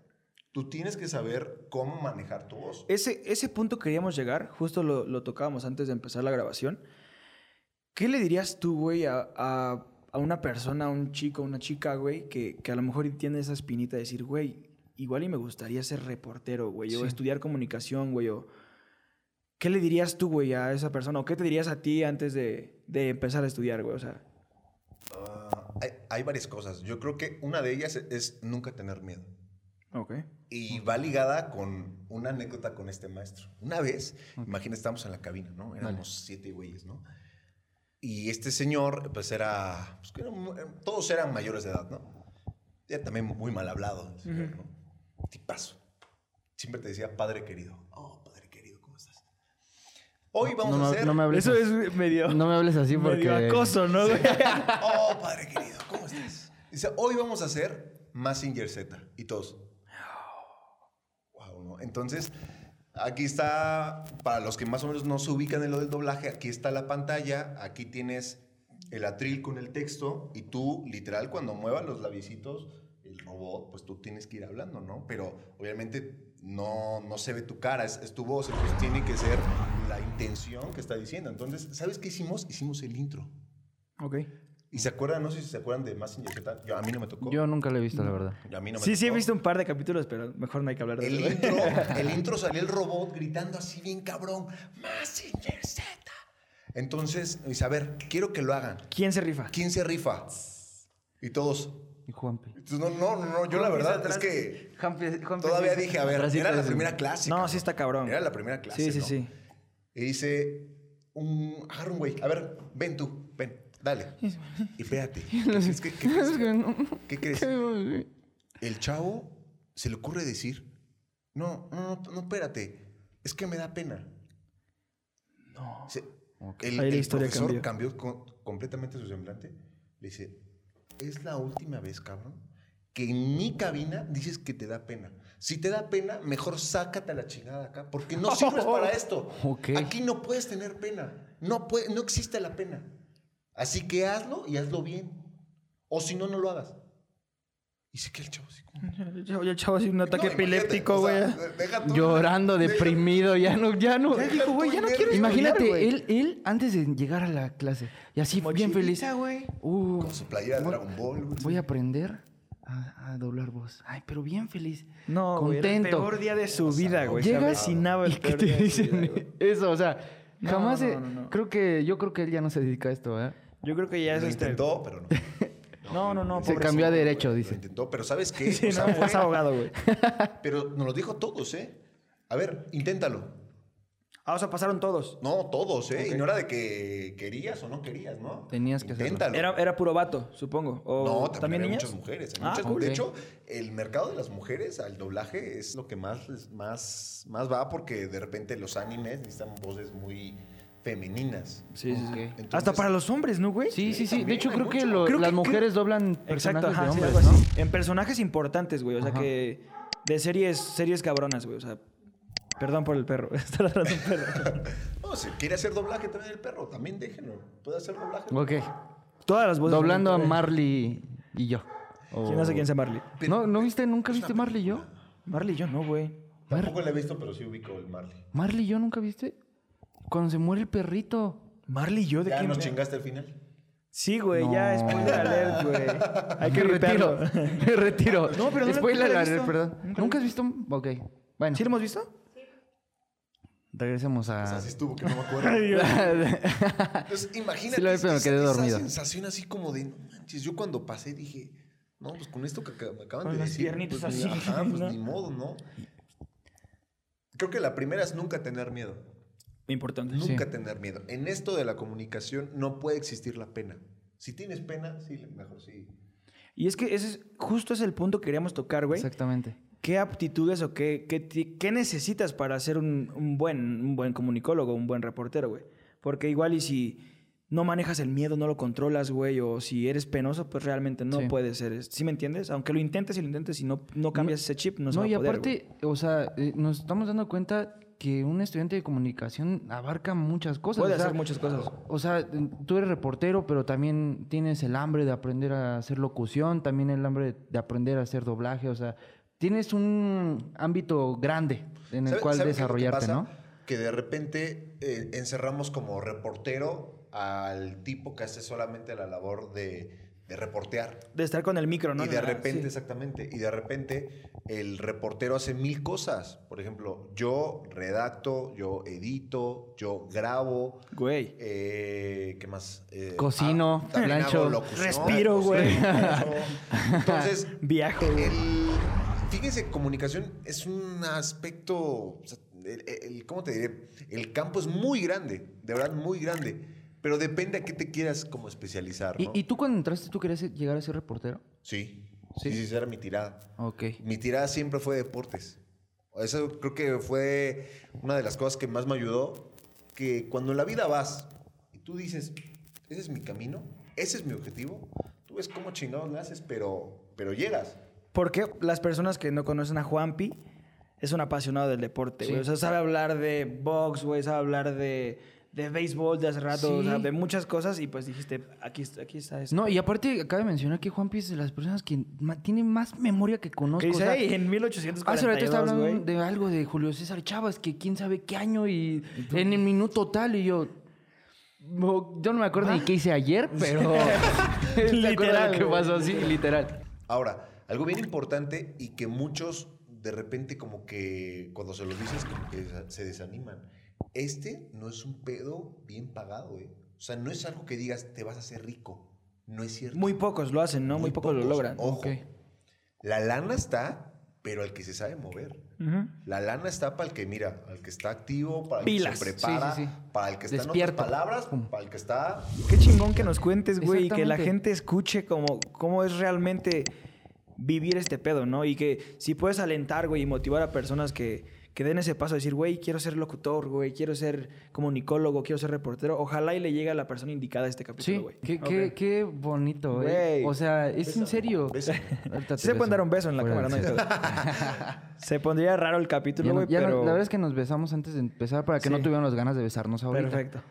Speaker 3: tú tienes que saber cómo manejar tu voz.
Speaker 2: Ese, ese punto queríamos llegar, justo lo, lo tocábamos antes de empezar la grabación. ¿Qué le dirías tú, güey, a, a- a una persona, a un chico, a una chica, güey, que, que a lo mejor tiene esa espinita de decir, güey, igual y me gustaría ser reportero, güey, o
Speaker 1: Sí.
Speaker 2: estudiar comunicación, güey, o... ¿Qué le dirías tú, güey, a esa persona? ¿O qué te dirías a ti antes de, de empezar a estudiar, güey? O sea,
Speaker 3: Ah, hay, hay varias cosas. Yo creo que una de ellas es, es nunca tener miedo.
Speaker 2: ok.
Speaker 3: Y va ligada con una anécdota con este maestro. Una vez, imagina, estábamos en la cabina, ¿no? Éramos siete güeyes, ¿no? Y este señor, pues era, pues, que era un- todos eran eh, mayores de edad, ¿no? Era también muy mal hablado el señor, ¿no? Tipazo. Siempre te decía, padre querido. Oh, padre querido, ¿cómo estás? Hoy vamos
Speaker 1: no,
Speaker 3: a
Speaker 1: me-
Speaker 3: hacer...
Speaker 1: no me hables
Speaker 2: Eso
Speaker 1: así.
Speaker 2: es medio,
Speaker 1: No me hables así porque.
Speaker 2: medio acoso, ¿no, güey?
Speaker 3: Oh, padre querido, ¿cómo estás? Dice, hoy vamos a hacer Massinger Z. Y todos. Wow, ¿no? Entonces, aquí está, para los que más o menos no se ubican en lo del doblaje, aquí está la pantalla, aquí tienes el atril con el texto y tú, literal, cuando muevas los labicitos, el robot, pues tú tienes que ir hablando, ¿no? Pero obviamente no, no se ve tu cara, es, es tu voz, entonces tiene que ser la intención que está diciendo. Entonces, ¿sabes qué hicimos? Hicimos el intro.
Speaker 2: Ok.
Speaker 3: ¿Y se acuerdan? No sé si se acuerdan de Massinger Z. Yo, a mí no me tocó.
Speaker 1: Yo nunca lo he visto, la verdad.
Speaker 3: A mí no me
Speaker 2: Sí, sí, he
Speaker 3: tocó.
Speaker 2: visto un par de capítulos, pero mejor no hay que hablar de
Speaker 3: El
Speaker 2: eso, güey.
Speaker 3: intro, el intro salió el robot gritando así bien cabrón. Massinger Z. Entonces, dice, a ver, quiero que lo hagan.
Speaker 2: ¿Quién se rifa?
Speaker 3: ¿Quién se rifa? Y todos.
Speaker 1: Y Juanpe.
Speaker 3: Entonces, No, no, no, no, yo la verdad es que todavía dije, a ver,
Speaker 1: Atrásito
Speaker 3: era la
Speaker 1: de-
Speaker 3: primera clase.
Speaker 2: No,
Speaker 3: cabrón.
Speaker 2: sí está cabrón.
Speaker 3: Era la primera clase.
Speaker 2: Sí, sí,
Speaker 3: ¿no?
Speaker 2: sí.
Speaker 3: Y dice, un, agarra un güey, a ver, ven tú, ven, dale. Y fíjate, ¿qué crees? ¿Qué- qué crees? ¿Qué crees? El chavo se le ocurre decir, no, no, no, no, espérate, es que me da pena. No. El,
Speaker 2: Ahí la
Speaker 3: el
Speaker 2: historia
Speaker 3: profesor cambió, co- completamente su semblante. Le dice, es la última vez, cabrón, que en mi cabina dices que te da pena. Si te da pena, mejor sácate a la chingada acá, porque no sirves para esto.
Speaker 1: Ok.
Speaker 3: Aquí no puedes tener pena. No, puede, no existe la pena. Así que hazlo y hazlo bien. O si no, no lo hagas. Y se queda el chavo así como...
Speaker 2: Yo, yo, chavo, así un ataque
Speaker 3: No, imagínate,
Speaker 2: epiléptico,
Speaker 3: o
Speaker 2: güey.
Speaker 3: sea, de- deja tú-
Speaker 1: Llorando,
Speaker 3: deja-
Speaker 1: deprimido, ya no, ya no.
Speaker 3: Ya dijo, güey, ya no quiero
Speaker 1: Imagínate,
Speaker 2: estudiar, güey.
Speaker 1: él, él antes de llegar a la clase y así bien feliz.
Speaker 2: Mochilita, güey.
Speaker 1: Uh,
Speaker 3: Con su playera de
Speaker 1: voy-
Speaker 3: Dragon Ball, güey.
Speaker 1: Voy a aprender a, a doblar voz. Ay, pero bien feliz.
Speaker 2: No, güey, era
Speaker 1: contento.
Speaker 2: el peor día de su vida, güey. Se
Speaker 1: Llegas
Speaker 2: avecinaba el
Speaker 1: y que
Speaker 2: peor
Speaker 1: te
Speaker 2: día de su vida, güey.
Speaker 1: dicen eso, o sea,
Speaker 2: No,
Speaker 1: jamás.
Speaker 2: no,
Speaker 1: se-
Speaker 2: no, no.
Speaker 1: Creo que yo creo que él ya no se dedica a esto, ¿eh?
Speaker 2: Yo creo que ya es
Speaker 3: Lo
Speaker 2: este...
Speaker 3: intentó, pero no.
Speaker 2: No, no, no,
Speaker 1: Se
Speaker 2: pobrecito,
Speaker 1: cambió a
Speaker 3: güey,
Speaker 1: derecho,
Speaker 3: lo
Speaker 1: dice.
Speaker 3: intentó, pero ¿sabes qué?
Speaker 2: Sí,
Speaker 3: O sea,
Speaker 2: no,
Speaker 3: fue-
Speaker 2: fue abogado, güey.
Speaker 3: pero nos lo dijo todos, ¿eh? A ver, inténtalo.
Speaker 2: Ah, o sea, pasaron todos.
Speaker 3: No, todos, ¿eh? Y no era de que querías o no querías, ¿no?
Speaker 1: Tenías que hacerlo.
Speaker 3: Inténtalo.
Speaker 2: Era, era puro vato, supongo. O,
Speaker 3: No, también, había
Speaker 2: niñas?
Speaker 3: muchas mujeres.
Speaker 2: Ah,
Speaker 3: muchas-
Speaker 1: ok.
Speaker 3: De hecho, el mercado de las mujeres al doblaje es lo que más, les- más, más va porque de repente los animes necesitan voces muy femeninas.
Speaker 2: Sí, sí, sí.
Speaker 1: Ok.
Speaker 3: Entonces-
Speaker 2: Hasta para los hombres, ¿no, güey?
Speaker 1: Sí, sí, sí. De
Speaker 3: también
Speaker 1: hecho,
Speaker 3: hay
Speaker 1: creo que,
Speaker 3: mucho.
Speaker 1: lo-
Speaker 2: Creo que-
Speaker 1: las
Speaker 2: creo-
Speaker 1: mujeres doblan
Speaker 2: Exacto,
Speaker 1: personajes
Speaker 2: ajá, sí,
Speaker 1: de
Speaker 2: algo
Speaker 1: hombres, ¿no?
Speaker 2: así. En personajes importantes, güey. O sea
Speaker 1: Ajá.
Speaker 2: que. De series, series cabronas, güey. O sea. Perdón por el perro. Está ladrando un perro.
Speaker 3: No, si quiere hacer doblaje también el perro, también déjenlo. Puede hacer doblaje.
Speaker 1: Ok.
Speaker 2: Todas las voces.
Speaker 1: Doblando a
Speaker 2: Marley.
Speaker 1: Marley y yo.
Speaker 2: Pues, ¿Quién no sé quién sea Marley?
Speaker 1: ¿No, ¿no viste? ¿Nunca viste Marley y yo?
Speaker 2: Marley, yo no, güey.
Speaker 3: Tampoco lo he visto, pero sí ubico el Marley.
Speaker 1: ¿Marley y yo nunca viste? Cuando se muere el perrito.
Speaker 2: Marley, yo de
Speaker 3: ¿Ya
Speaker 2: quién
Speaker 3: nos
Speaker 2: me-
Speaker 3: chingaste al final?
Speaker 2: Sí, güey,
Speaker 1: No.
Speaker 2: ya spoiler alert, güey. Hay que
Speaker 1: Me retiro.
Speaker 2: repetirlo.
Speaker 1: Me retiro.
Speaker 2: No, pero no la-
Speaker 1: Spoiler
Speaker 2: nunca la he
Speaker 1: alert,
Speaker 2: visto.
Speaker 1: perdón.
Speaker 2: Nunca
Speaker 1: Nunca,
Speaker 2: la
Speaker 1: has visto. un- Ok. Bueno,
Speaker 2: ¿Sí lo hemos visto?
Speaker 1: regresemos a.
Speaker 3: Pues
Speaker 2: Ah.
Speaker 3: Así estuvo, que no me acuerdo. Entonces, imagínate
Speaker 1: Sí lo vi, pero me
Speaker 3: esa-
Speaker 1: quedé
Speaker 3: esa
Speaker 1: dormido.
Speaker 3: sensación así como de, no manches, yo cuando pasé dije, no, pues con esto que acá- me acaban
Speaker 2: Con
Speaker 3: de
Speaker 2: las
Speaker 3: decir.
Speaker 2: piernitas
Speaker 3: pues, ni-
Speaker 2: así,
Speaker 3: ajá, pues
Speaker 2: ¿no?
Speaker 3: ni modo, ¿no? Creo que la primera es nunca tener miedo.
Speaker 2: Importante.
Speaker 3: Nunca tener miedo. En esto de la comunicación no puede existir la pena. Si tienes pena, sí, mejor sí.
Speaker 2: Y es que ese es, justo es el punto que queríamos tocar, güey.
Speaker 1: Exactamente.
Speaker 2: ¿Qué aptitudes o qué, qué, ti- qué necesitas para ser un, un buen, un buen comunicólogo, un buen reportero, güey? Porque igual y si no manejas el miedo, no lo controlas, güey, o si eres penoso, pues realmente no
Speaker 1: Sí.
Speaker 2: puedes ser. es- ¿Sí me entiendes? Aunque lo intentes y lo intentes y no, no cambias ese chip, no, se
Speaker 1: No,
Speaker 2: va a
Speaker 1: y
Speaker 2: poder, güey.
Speaker 1: aparte, o sea, eh, nos estamos dando cuenta que un estudiante de comunicación abarca muchas cosas. o
Speaker 2: Puede
Speaker 1: sea,
Speaker 2: hacer muchas cosas.
Speaker 1: O sea, tú eres reportero, pero también tienes el hambre de aprender a hacer locución, también el hambre de aprender a hacer doblaje, o sea, tienes un ámbito grande en el
Speaker 3: ¿Sabe-
Speaker 1: cual
Speaker 3: sabe qué es lo que
Speaker 1: desarrollarte,
Speaker 3: pasa?
Speaker 1: ¿no?
Speaker 3: Que de repente eh, encerramos como reportero al tipo que hace solamente la labor de, de reportear.
Speaker 2: De estar con el micro, ¿no?
Speaker 3: y de
Speaker 2: Nada,
Speaker 3: repente,
Speaker 2: sí.
Speaker 3: exactamente, y de repente el reportero hace mil cosas. Por ejemplo, yo redacto, yo edito, yo grabo.
Speaker 2: Güey.
Speaker 3: eh, ¿Qué más? Eh,
Speaker 1: Cocino,
Speaker 3: ah, también
Speaker 1: plancho,
Speaker 3: hago locución,
Speaker 2: respiro,
Speaker 3: cocino,
Speaker 2: güey.
Speaker 3: plancho. Entonces,
Speaker 2: Viajo, güey.
Speaker 3: el, fíjense, comunicación es un aspecto, o sea, el, el- ¿cómo te diré? El campo es muy grande, de verdad muy grande, pero depende a qué te quieras como especializar,
Speaker 1: ¿Y,
Speaker 3: ¿no?
Speaker 1: y tú cuando entraste, tú querías llegar a ser reportero?
Speaker 3: Sí. Sí, sí, esa era mi tirada.
Speaker 1: Ok.
Speaker 3: Mi tirada siempre fue deportes. Eso creo que fue una de las cosas que más me ayudó. Que cuando en la vida vas y tú dices, ese es mi camino, ese es mi objetivo, tú ves cómo chingados le haces, pero, pero llegas.
Speaker 2: Porque las personas que no conocen a Juanpi es un apasionado del deporte, güey. O sea, sabe hablar de box, güey, sabe hablar de, de béisbol de hace rato, o sea,
Speaker 1: Sí.
Speaker 2: de muchas cosas. Y pues dijiste, aquí, aquí está esto.
Speaker 1: No, y aparte acaba de mencionar que Juanpi es de las personas que ma- tiene más memoria que conozco.
Speaker 2: Que
Speaker 1: o
Speaker 2: dice,
Speaker 1: sea,
Speaker 2: "Ey,
Speaker 1: Hace
Speaker 2: en
Speaker 1: rato
Speaker 2: 1842,
Speaker 1: estaba hablando
Speaker 2: güey".
Speaker 1: de algo de Julio César Chávez, que quién sabe qué año y en el minuto tal, y yo. "Bo- Yo no me acuerdo
Speaker 2: Ah.
Speaker 1: ni qué hice ayer, pero.
Speaker 2: Literal,
Speaker 1: literal. que
Speaker 2: güey.
Speaker 1: pasó así, literal.
Speaker 3: Ahora, algo bien importante y que muchos de repente como que cuando se lo dices como que desa- se desaniman. Este no es un pedo bien pagado, ¿eh? O sea, no es algo que digas te vas a hacer rico. No es cierto.
Speaker 2: Muy pocos lo hacen, ¿no? Muy, pocos, lo logran.
Speaker 3: Ojo.
Speaker 1: Ok.
Speaker 3: La lana está, pero al que se sabe mover.
Speaker 2: Ujú.
Speaker 3: La lana está para el que mira, al que está activo, para el
Speaker 2: Pilas.
Speaker 3: que se prepara,
Speaker 1: Sí, sí, sí.
Speaker 3: para el que está
Speaker 1: Despierto.
Speaker 3: en otras palabras, para el que está
Speaker 2: Qué chingón que nos cuentes, güey, y que la
Speaker 1: Exactamente.
Speaker 2: gente escuche cómo, cómo es realmente vivir este pedo, ¿no? Y que si puedes alentar, güey, y motivar a personas que, que den ese paso, decir, güey, quiero ser locutor, güey, quiero ser comunicólogo, quiero ser reportero, ojalá y le llegue a la persona indicada este
Speaker 1: Sí,
Speaker 2: capítulo, güey.
Speaker 1: qué,
Speaker 2: Ok.
Speaker 1: qué, qué bonito, ¿eh?
Speaker 2: Güey.
Speaker 1: O sea, es en serio.
Speaker 3: Bésame.
Speaker 1: Ahorita te
Speaker 2: Sí se
Speaker 1: beso.
Speaker 2: pueden dar un beso en la
Speaker 1: Fuera
Speaker 2: cámara,
Speaker 1: de
Speaker 2: ¿no?
Speaker 1: sí.
Speaker 2: Hay pedo. Se pondría raro el capítulo,
Speaker 1: Ya no-
Speaker 2: güey,
Speaker 1: ya no-
Speaker 2: pero...
Speaker 1: la verdad es que nos besamos antes de empezar para que no
Speaker 2: Sí.
Speaker 1: tuvieran las ganas de besarnos ahorita.
Speaker 2: Perfecto.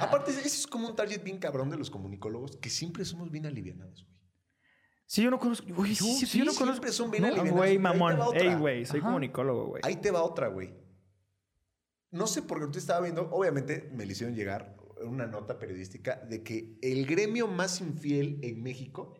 Speaker 3: Aparte, ese es como un target bien cabrón de los comunicólogos, que siempre somos bien alivianados, güey.
Speaker 2: Sí, yo no conozco... Güey, sí, sí, yo no conozco...
Speaker 3: Siempre son bien
Speaker 2: No,
Speaker 3: alivianados.
Speaker 2: Güey,
Speaker 3: Ahí te va
Speaker 2: mamón.
Speaker 3: otra.
Speaker 2: Ey, güey, soy
Speaker 1: Ajá.
Speaker 2: comunicólogo, güey.
Speaker 3: Ahí te va otra, güey. No sé por qué te estaba viendo, obviamente me le hicieron llegar una nota periodística de que el gremio más infiel en México,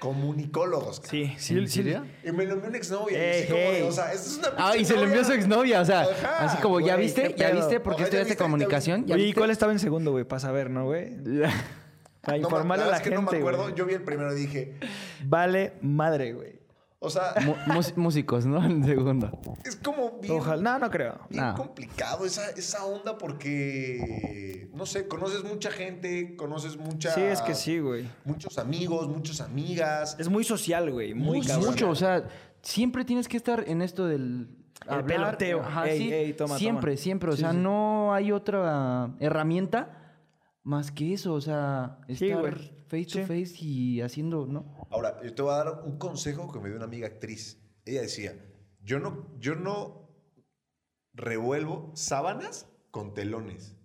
Speaker 3: comunicólogos. cabrón.
Speaker 2: Sí, sí,
Speaker 1: ¿En
Speaker 2: sí.
Speaker 1: serio?
Speaker 3: Y me lo envió un exnovio. y
Speaker 2: Ey,
Speaker 3: así como de,
Speaker 2: ey.
Speaker 3: o sea, esto es una
Speaker 1: Ah, y
Speaker 3: pinche
Speaker 1: se le envió a su exnovia, o sea,
Speaker 3: Ajá,
Speaker 1: así como, ¿ya
Speaker 2: güey,
Speaker 1: viste?
Speaker 2: qué
Speaker 1: ¿Ya
Speaker 2: pedo.
Speaker 1: viste? Porque
Speaker 3: Ojalá
Speaker 1: estudiaste
Speaker 3: viste, ya
Speaker 1: comunicación? ¿Ya
Speaker 2: Oye, ¿Y
Speaker 1: viste?
Speaker 2: cuál estaba en segundo, güey? Para saber, ¿no, güey? Para
Speaker 3: No,
Speaker 2: informarle a
Speaker 3: verdad
Speaker 2: la
Speaker 3: es que
Speaker 2: gente,
Speaker 3: No me acuerdo,
Speaker 2: güey.
Speaker 3: yo vi el primero y dije,
Speaker 2: Vale madre, güey.
Speaker 3: o sea,
Speaker 1: Mu- mus- músicos, ¿no? En segundo.
Speaker 3: es como bien
Speaker 2: Ojalá. No, no creo.
Speaker 3: Bien
Speaker 1: No.
Speaker 3: complicado esa, esa onda porque, no sé, conoces mucha gente, conoces mucha,
Speaker 2: Sí, es que sí, güey.
Speaker 3: muchos amigos, muchas amigas.
Speaker 2: Es muy social, güey. Muy
Speaker 3: Muy
Speaker 2: cabrón.
Speaker 1: Mucho, o sea, siempre tienes que estar en esto del...
Speaker 2: El peloteo.
Speaker 1: Ajá,
Speaker 2: Ey,
Speaker 1: sí.
Speaker 2: ey, toma,
Speaker 1: siempre,
Speaker 2: toma.
Speaker 1: siempre. O
Speaker 2: Sí,
Speaker 1: sea,
Speaker 2: sí.
Speaker 1: no hay otra herramienta más que eso. O sea,
Speaker 2: Sí,
Speaker 1: estar
Speaker 2: güey.
Speaker 1: face
Speaker 2: Sí.
Speaker 1: to face y haciendo, ¿no?
Speaker 3: Ahora, yo te voy a dar un consejo que me dio una amiga actriz. Ella decía, yo no, yo no revuelvo sábanas con telones.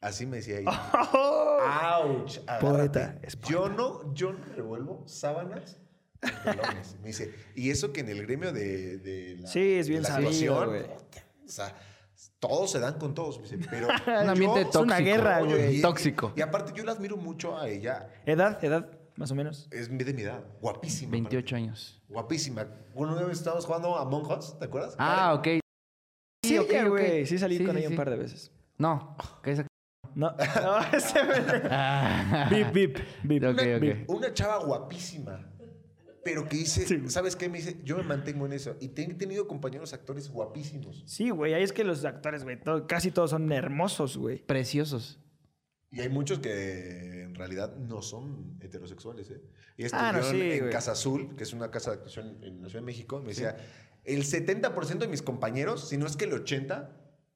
Speaker 3: Así me decía ella. ¡Auch! Agárrate.
Speaker 2: Poeta, es poeta.
Speaker 3: Yo no, yo no revuelvo sábanas con telones. Me dice, y eso que en el gremio de, de la,
Speaker 2: Sí, es
Speaker 3: de
Speaker 2: bien
Speaker 3: la
Speaker 2: sabido,
Speaker 3: actuación,
Speaker 2: güey.
Speaker 3: puta, o sea, todos se dan con todos. Me dice, pero
Speaker 1: Un ambiente
Speaker 3: yo-
Speaker 1: tóxico.
Speaker 2: una guerra,
Speaker 3: Oye,
Speaker 2: güey.
Speaker 3: y-
Speaker 1: Tóxico.
Speaker 3: Y aparte, yo la admiro mucho a ella.
Speaker 2: Edad, edad, más o menos.
Speaker 3: Es de mi edad. Guapísima. aparte.
Speaker 1: 28 años.
Speaker 3: Guapísima. Una vez estábamos jugando a Among Us, ¿te acuerdas?
Speaker 1: Ah, ok.
Speaker 2: Sí,
Speaker 1: ok,
Speaker 2: ella,
Speaker 1: ok.
Speaker 2: güey. Sí salí
Speaker 1: Sí,
Speaker 2: con
Speaker 1: sí,
Speaker 2: ella
Speaker 1: sí.
Speaker 2: un par de veces.
Speaker 1: No, que esa...
Speaker 2: No, no, ese me...
Speaker 1: Ah.
Speaker 2: Bip, bip, bip.
Speaker 1: Ok,
Speaker 3: Una-
Speaker 1: ok.
Speaker 3: Una chava guapísima. Pero que dice, ¿sabes qué? Me dice, yo me mantengo en eso. Y te- he tenido compañeros actores guapísimos.
Speaker 2: Sí, güey. Ahí es que los actores, güey, todo- casi todos son hermosos, güey.
Speaker 1: Preciosos.
Speaker 3: Y hay muchos que en realidad no son heterosexuales, ¿eh? Y
Speaker 2: Ah,
Speaker 3: estuvieron
Speaker 2: no, sí,
Speaker 3: en
Speaker 2: güey.
Speaker 3: Casa Azul, que es una casa de actuación en la Ciudad de México. Me decía, el 70% de mis compañeros, si no es que el 80%,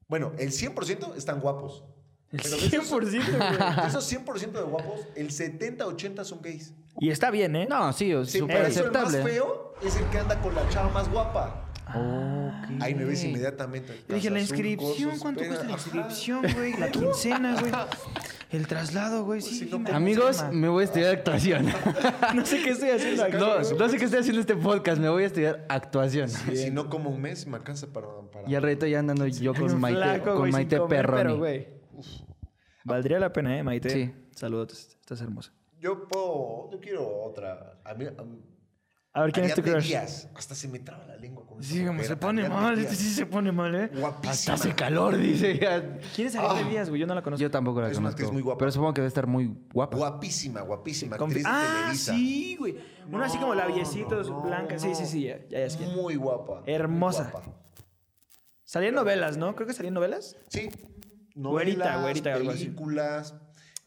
Speaker 3: bueno, el 100% están guapos. Pero de esos-
Speaker 2: 100%,
Speaker 3: de esos 100% de guapos, el 70-80 son gays.
Speaker 2: Y está bien, ¿eh?
Speaker 1: No, sí, o-
Speaker 3: Sí,
Speaker 1: súper
Speaker 3: pero eso el más
Speaker 1: aceptable.
Speaker 3: feo es el que anda con la chava más guapa.
Speaker 1: Ok.
Speaker 3: Ahí me ves inmediatamente.
Speaker 2: Yo dije, la
Speaker 3: Casa Azul,
Speaker 2: inscripción,
Speaker 3: cosas,
Speaker 2: ¿cuánto
Speaker 3: pega.
Speaker 2: cuesta la
Speaker 3: Ajá.
Speaker 2: inscripción, güey? La quincena, güey. El traslado, güey. Pues Sí,
Speaker 3: si no
Speaker 2: me-
Speaker 3: te-
Speaker 1: Amigos,
Speaker 2: me-
Speaker 1: me voy a estudiar actuación.
Speaker 2: No sé qué estoy haciendo aquí.
Speaker 1: No, no sé qué estoy haciendo este podcast, me voy a estudiar actuación.
Speaker 3: Si no, como un mes me alcanza para. para-
Speaker 1: Y al reto ya andando yo
Speaker 2: Hay
Speaker 1: con
Speaker 2: un
Speaker 1: Maite,
Speaker 2: flaco,
Speaker 1: con
Speaker 2: güey, sin
Speaker 1: Maite
Speaker 2: comer,
Speaker 1: Perroni.
Speaker 2: pero, güey, Valdría la pena, ¿eh, Maite?
Speaker 1: Sí.
Speaker 2: Saludos, estás hermosa.
Speaker 3: Yo puedo. Yo quiero otra. A mí. a mí-
Speaker 2: A ver, ¿quién es tu
Speaker 3: Ariadne
Speaker 2: este crush?
Speaker 3: Díaz. Hasta se me traba la lengua con
Speaker 2: Sí,
Speaker 3: esa
Speaker 2: como
Speaker 3: mujer,
Speaker 2: se pone
Speaker 3: Ariadne
Speaker 2: mal,
Speaker 3: Díaz.
Speaker 2: este sí se pone mal, ¿eh?
Speaker 1: Hasta
Speaker 3: Guapísima.
Speaker 1: hace calor, dice.
Speaker 2: ¿Quién es Ariadne Díaz, güey? Yo no la conozco.
Speaker 1: Yo tampoco la
Speaker 3: Es una
Speaker 1: conozco.
Speaker 3: actriz muy guapa.
Speaker 1: Pero supongo que debe estar muy guapa.
Speaker 3: Guapísima, guapísima.
Speaker 2: Confi-
Speaker 3: Actriz de
Speaker 2: ah,
Speaker 3: Televisa.
Speaker 2: sí, güey. Una así como
Speaker 3: No,
Speaker 2: labiecitos,
Speaker 3: no,
Speaker 2: blanca. Sí,
Speaker 3: no.
Speaker 2: sí, sí, ya, ya, ya es quién.
Speaker 3: Muy guapa. muy
Speaker 2: Hermosa.
Speaker 3: guapa.
Speaker 2: Salía en novelas, ¿no? Creo que salía en novelas.
Speaker 3: Sí.
Speaker 2: Güerita,
Speaker 3: Novelas,
Speaker 2: güerita, algo así.
Speaker 3: películas.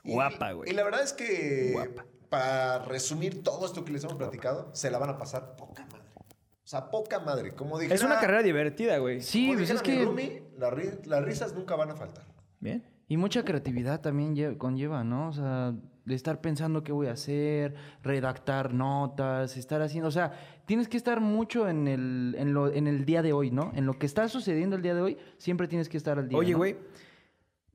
Speaker 3: Y-
Speaker 2: Guapa, güey.
Speaker 3: Y la verdad es que
Speaker 2: Guapa.
Speaker 3: para resumir todo esto que les hemos platicado, se la van a pasar poca madre. O sea, poca madre. Como dije.
Speaker 2: Es una carrera divertida, güey.
Speaker 1: Sí, pues es que...
Speaker 3: las risas nunca van a faltar.
Speaker 2: Bien.
Speaker 1: Y mucha creatividad también lle- conlleva, ¿no? O sea, de estar pensando qué voy a hacer, redactar notas, estar haciendo... O sea, tienes que estar mucho en el, en lo, en el día de hoy, ¿no? En lo que está sucediendo el día de hoy, siempre tienes que estar al día.
Speaker 2: Oye,
Speaker 1: ¿no?
Speaker 2: güey,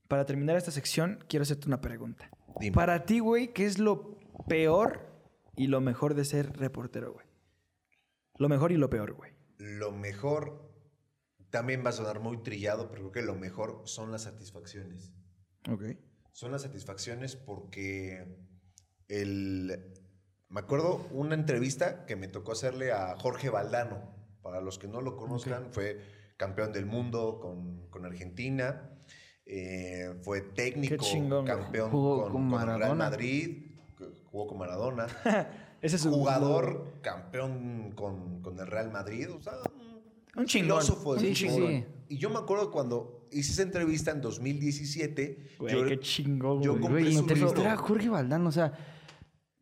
Speaker 2: para terminar esta sección, quiero hacerte una pregunta.
Speaker 3: Dime.
Speaker 2: Para ti, güey, ¿qué es lo peor y lo mejor de ser reportero, güey? Lo mejor y lo peor, güey.
Speaker 3: Lo mejor. También va a sonar muy trillado, pero creo que lo mejor son las satisfacciones.
Speaker 2: Ok.
Speaker 3: son las satisfacciones porque el... Me acuerdo una entrevista que me tocó hacerle a Jorge Valdano. Para los que no lo conozcan, fue campeón del mundo con, con Argentina. eh, fue técnico,
Speaker 2: chingón, güey.
Speaker 3: campeón
Speaker 1: Jugó
Speaker 3: con,
Speaker 1: con
Speaker 3: con el Real
Speaker 1: Maradona.
Speaker 3: Madrid, que jugó con Maradona.
Speaker 2: Ese es un
Speaker 3: jugador, campeón con, con el Real Madrid. O sea,
Speaker 2: Un chingón.
Speaker 3: filósofo del
Speaker 1: Sí, sí,
Speaker 3: fútbol.
Speaker 1: sí.
Speaker 3: Y yo me acuerdo cuando hice esa entrevista en 2017.
Speaker 2: Güey,
Speaker 3: yo-
Speaker 2: qué chingón,
Speaker 3: yo
Speaker 2: güey.
Speaker 3: compré
Speaker 1: Güey,
Speaker 3: su
Speaker 1: entrevistar
Speaker 3: libro.
Speaker 1: a Jorge Valdán, o sea, en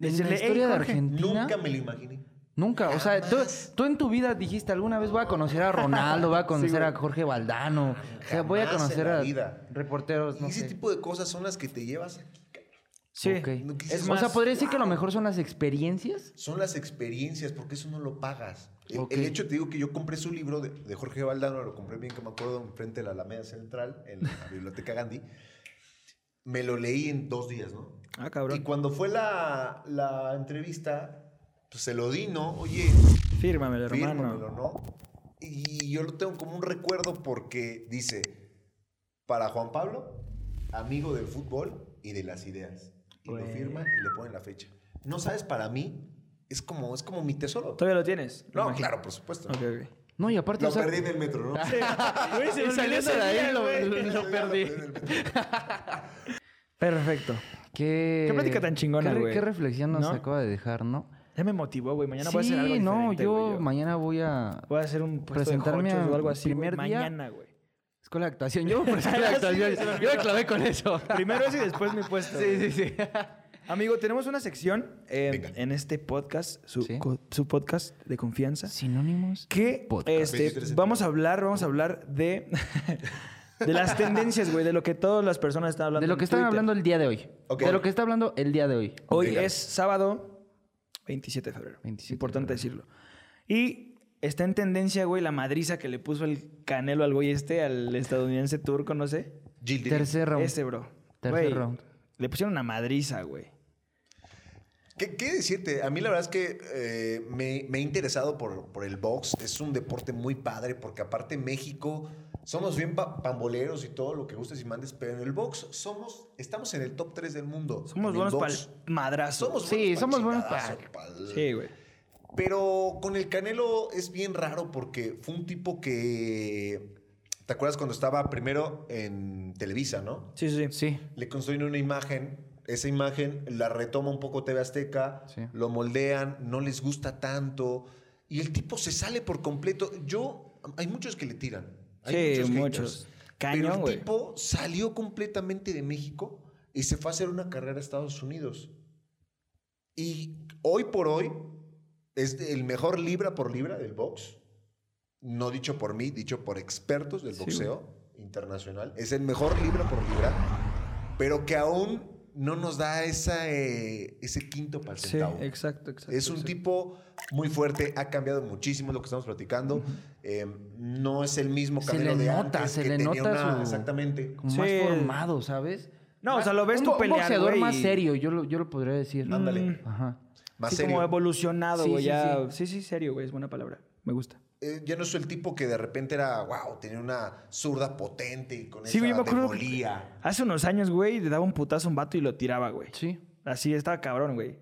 Speaker 2: Decirle,
Speaker 1: la
Speaker 2: "Hey,
Speaker 1: historia de
Speaker 2: Jorge,
Speaker 1: Argentina.
Speaker 3: Nunca me lo imaginé.
Speaker 1: Nunca, o sea, tú,
Speaker 3: Jamás.
Speaker 1: tú en tu vida dijiste alguna vez voy a conocer a Ronaldo, voy a conocer a Jorge Valdano, o sea, voy a
Speaker 3: Jamás en
Speaker 1: conocer
Speaker 3: la
Speaker 1: a
Speaker 3: vida.
Speaker 1: reporteros,
Speaker 3: Y
Speaker 1: Pues no
Speaker 3: ese
Speaker 1: sé.
Speaker 3: tipo de cosas son las que te llevas aquí. cabrón.
Speaker 2: Sí.
Speaker 1: Ok.
Speaker 3: No quise-
Speaker 2: Es
Speaker 1: o
Speaker 2: más,
Speaker 1: sea, podría decir que a lo mejor son las experiencias.
Speaker 3: Son las experiencias, porque eso no lo pagas. El, el
Speaker 1: Ok.
Speaker 3: hecho, te digo que yo compré su libro de, de Jorge Valdano, lo compré bien que me acuerdo, enfrente de la Alameda Central, en la Biblioteca Gandhi. Me lo leí en dos días, ¿no?
Speaker 2: Ah,
Speaker 3: Y
Speaker 2: cabrón.
Speaker 3: cuando fue la, la entrevista, pues se lo di, ¿no? Oye,
Speaker 2: Fírmamelo,
Speaker 3: fírmamelo,
Speaker 2: hermano.
Speaker 3: ¿no? Y yo lo tengo como un recuerdo porque dice, para Juan Pablo, amigo del fútbol y de las ideas. Y lo
Speaker 2: Güey.
Speaker 3: firman y le ponen la fecha. No sabes, para mí es como, es como mi tesoro.
Speaker 2: ¿Todavía lo tienes?
Speaker 3: No,
Speaker 2: Imagino.
Speaker 3: claro, por supuesto.
Speaker 2: Ok, ok.
Speaker 1: No, y aparte,
Speaker 3: Lo
Speaker 1: o sea,
Speaker 3: perdí en el metro, ¿no?
Speaker 2: Güey, se me olvidó
Speaker 1: saliendo de
Speaker 2: ese día,
Speaker 1: ahí lo,
Speaker 2: güey.
Speaker 1: lo- lo perdí.
Speaker 3: Lo perdí en el metro.
Speaker 2: Perfecto.
Speaker 1: Qué,
Speaker 2: Qué plática tan chingona,
Speaker 1: qué re-
Speaker 2: güey.
Speaker 1: Qué reflexión nos
Speaker 2: ¿No?
Speaker 1: acaba de dejar, ¿no?
Speaker 2: Ya me motivó, güey. Mañana
Speaker 1: sí,
Speaker 2: voy a hacer algo
Speaker 1: no,
Speaker 2: diferente,
Speaker 1: yo
Speaker 2: güey,
Speaker 1: mañana voy a
Speaker 2: Voy a hacer un puesto
Speaker 1: Presentarme
Speaker 2: de jochos
Speaker 1: a
Speaker 2: o algo así. güey,
Speaker 1: primer día.
Speaker 2: Mañana, güey.
Speaker 1: escuela de actuación. Yo por escuela de
Speaker 2: Sí,
Speaker 1: actuación,
Speaker 2: se me
Speaker 1: yo
Speaker 2: olvidó.
Speaker 1: me clavé con eso.
Speaker 2: Primero ese y después mi puesto.
Speaker 1: sí, sí, sí.
Speaker 2: Amigo, tenemos una sección eh,
Speaker 3: Venga.
Speaker 2: en este podcast, su,
Speaker 1: Sí.
Speaker 2: co- su podcast de confianza,
Speaker 1: Sinónimos.
Speaker 2: que
Speaker 1: Podcast.
Speaker 2: este,
Speaker 3: 23
Speaker 2: vamos a hablar, vamos a hablar de, de las tendencias, güey, de lo que todas las personas están hablando.
Speaker 1: De lo que
Speaker 2: en
Speaker 1: están
Speaker 2: Twitter.
Speaker 1: hablando el día de hoy.
Speaker 3: Ok.
Speaker 1: De lo que está hablando el día de hoy.
Speaker 2: Hoy
Speaker 3: Venga.
Speaker 2: es sábado 27 de febrero.
Speaker 1: 27 de
Speaker 2: Importante decirlo. Y está en tendencia, güey, la madriza que le puso el canelo al güey este, al estadounidense turco, no sé.
Speaker 3: Gil Dini.
Speaker 1: Tercer round.
Speaker 2: Este, bro.
Speaker 1: Tercer
Speaker 2: Güey,
Speaker 1: round.
Speaker 2: Le pusieron una madriza, güey.
Speaker 3: ¿Qué, qué decirte? A mí la verdad es que eh, me, me he interesado por, por el box. Es un deporte muy padre porque aparte México somos bien pa- pamboleros y todo lo que gustes y mandes, pero en el box somos, estamos en el top 3 del mundo.
Speaker 2: Somos
Speaker 3: en el
Speaker 2: buenos para
Speaker 3: box.
Speaker 2: el madrazo.
Speaker 3: Somos
Speaker 1: Sí,
Speaker 3: buenos pa'l
Speaker 1: somos buenos
Speaker 3: chingadazo, pa'l-
Speaker 2: Sí, güey.
Speaker 3: Pero con el Canelo es bien raro porque fue un tipo que... ¿Te acuerdas cuando estaba primero en Televisa, no?
Speaker 2: Sí, sí, sí.
Speaker 1: Sí.
Speaker 3: le construyen una imagen, esa imagen la retoma un poco TV Azteca,
Speaker 1: Sí.
Speaker 3: lo moldean, no les gusta tanto, y el tipo se sale por completo. Yo, hay muchos que le tiran. Hay
Speaker 2: Sí,
Speaker 3: haters,
Speaker 2: muchos.
Speaker 3: pero
Speaker 2: Cañón,
Speaker 3: el
Speaker 2: güey.
Speaker 3: tipo salió completamente de México y se fue a hacer una carrera a Estados Unidos. Y hoy por hoy es el mejor libra por libra del box. No dicho por mí, dicho por expertos del
Speaker 2: Sí,
Speaker 3: boxeo internacional. Es el mejor libra por libra, pero que aún no nos da esa, eh, ese quinto para el
Speaker 2: Sí,
Speaker 3: centavo.
Speaker 2: exacto, exacto.
Speaker 3: Es un
Speaker 2: exacto.
Speaker 3: tipo muy fuerte, ha cambiado muchísimo lo que estamos platicando. Eh, no es el mismo
Speaker 1: Se
Speaker 3: Canelo
Speaker 1: le
Speaker 3: de
Speaker 1: nota,
Speaker 3: antes
Speaker 1: se
Speaker 3: que
Speaker 1: le
Speaker 3: tenía
Speaker 1: nota
Speaker 3: una-
Speaker 1: su-
Speaker 3: Exactamente.
Speaker 1: Como
Speaker 2: Sí.
Speaker 1: más formado, ¿sabes?
Speaker 2: No,
Speaker 1: Más-
Speaker 2: o sea, lo ves
Speaker 1: un
Speaker 2: tú
Speaker 1: bo-
Speaker 2: pelear,
Speaker 1: Un boxeador
Speaker 2: güey,
Speaker 1: más
Speaker 2: y- Mm.
Speaker 1: serio, yo lo, yo lo podría decir.
Speaker 3: Ándale.
Speaker 1: Ajá.
Speaker 3: Más
Speaker 2: sí,
Speaker 3: serio.
Speaker 2: como evolucionado,
Speaker 1: Sí,
Speaker 2: güey.
Speaker 1: sí,
Speaker 2: ya... sí. sí, serio, güey. Es buena palabra. Me gusta.
Speaker 3: Eh, ya no es el tipo que de repente era, wow, tenía una zurda potente y con
Speaker 2: Sí,
Speaker 3: esa
Speaker 2: güey, me acuerdo que-
Speaker 3: demolía.
Speaker 2: Hace unos años, güey, le daba un putazo a un vato y lo tiraba, güey.
Speaker 1: Sí.
Speaker 2: Así estaba cabrón, güey.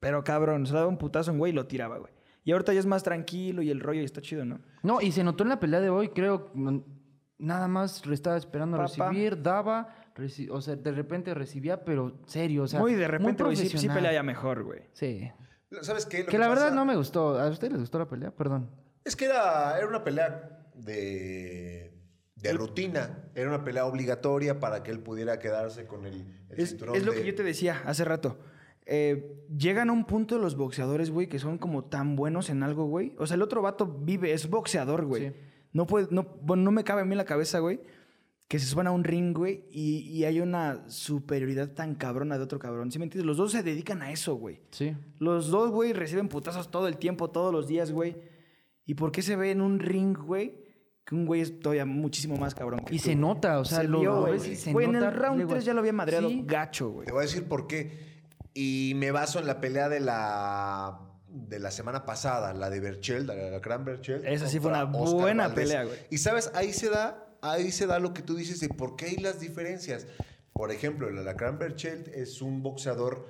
Speaker 2: Pero cabrón, se le daba un putazo a un güey y lo tiraba, güey. Y ahorita ya es más tranquilo y el rollo y está chido, ¿no?
Speaker 1: No, y se notó en la pelea de hoy, creo. no- Nada más le estaba esperando a
Speaker 2: Pa, pa.
Speaker 1: recibir, daba, reci- o sea, de repente recibía, pero serio, o sea.
Speaker 2: muy de repente, güey, sí, sí
Speaker 1: profesional.
Speaker 2: pelea ya mejor, güey.
Speaker 1: Sí.
Speaker 3: ¿Sabes qué? Lo
Speaker 1: Que la verdad
Speaker 3: pasa
Speaker 1: no me gustó. ¿A ustedes les gustó la pelea? Perdón.
Speaker 3: Es que era, era una pelea de, de rutina. Era una pelea obligatoria para que él pudiera quedarse con el, el
Speaker 2: Es,
Speaker 3: cinturón.
Speaker 2: es lo
Speaker 3: de-
Speaker 2: que yo te decía hace rato. eh, llegan a un punto los boxeadores, güey, que son como tan buenos en algo, güey. O sea, el otro vato vive, es boxeador, güey.
Speaker 1: Sí.
Speaker 2: No puede, no, bueno, no me cabe a mí en la cabeza, güey, que se suban a un ring, güey, y, y hay una superioridad tan cabrona de otro cabrón. ¿Sí me entiendes? Los dos se dedican a eso, güey.
Speaker 1: Sí.
Speaker 2: Los dos, güey, reciben putazos todo el tiempo, todos los días, güey. ¿Y por qué se ve en un ring, güey? Que un güey es todavía muchísimo más cabrón que
Speaker 1: Y
Speaker 2: tú,
Speaker 1: se
Speaker 2: güey?
Speaker 1: nota, o sea,
Speaker 2: Se
Speaker 1: lo,
Speaker 2: vio,
Speaker 1: lo
Speaker 2: güey.
Speaker 1: ves y se
Speaker 2: Güey,
Speaker 1: nota.
Speaker 2: en el round
Speaker 1: luego-
Speaker 2: 3 ya lo había madreado
Speaker 1: Sí.
Speaker 2: gacho, güey.
Speaker 3: Te voy a decir por qué. Y me baso en la pelea de la de la semana pasada, la de Berchel, la de la Gran Berchel.
Speaker 2: Esa sí fue
Speaker 3: contra
Speaker 2: una
Speaker 3: Oscar
Speaker 2: buena
Speaker 3: Valdés.
Speaker 2: pelea, güey.
Speaker 3: Y sabes, ahí se da, ahí se da lo que tú dices de por qué hay las diferencias. Por ejemplo, el Alacrán Berchelt es un boxeador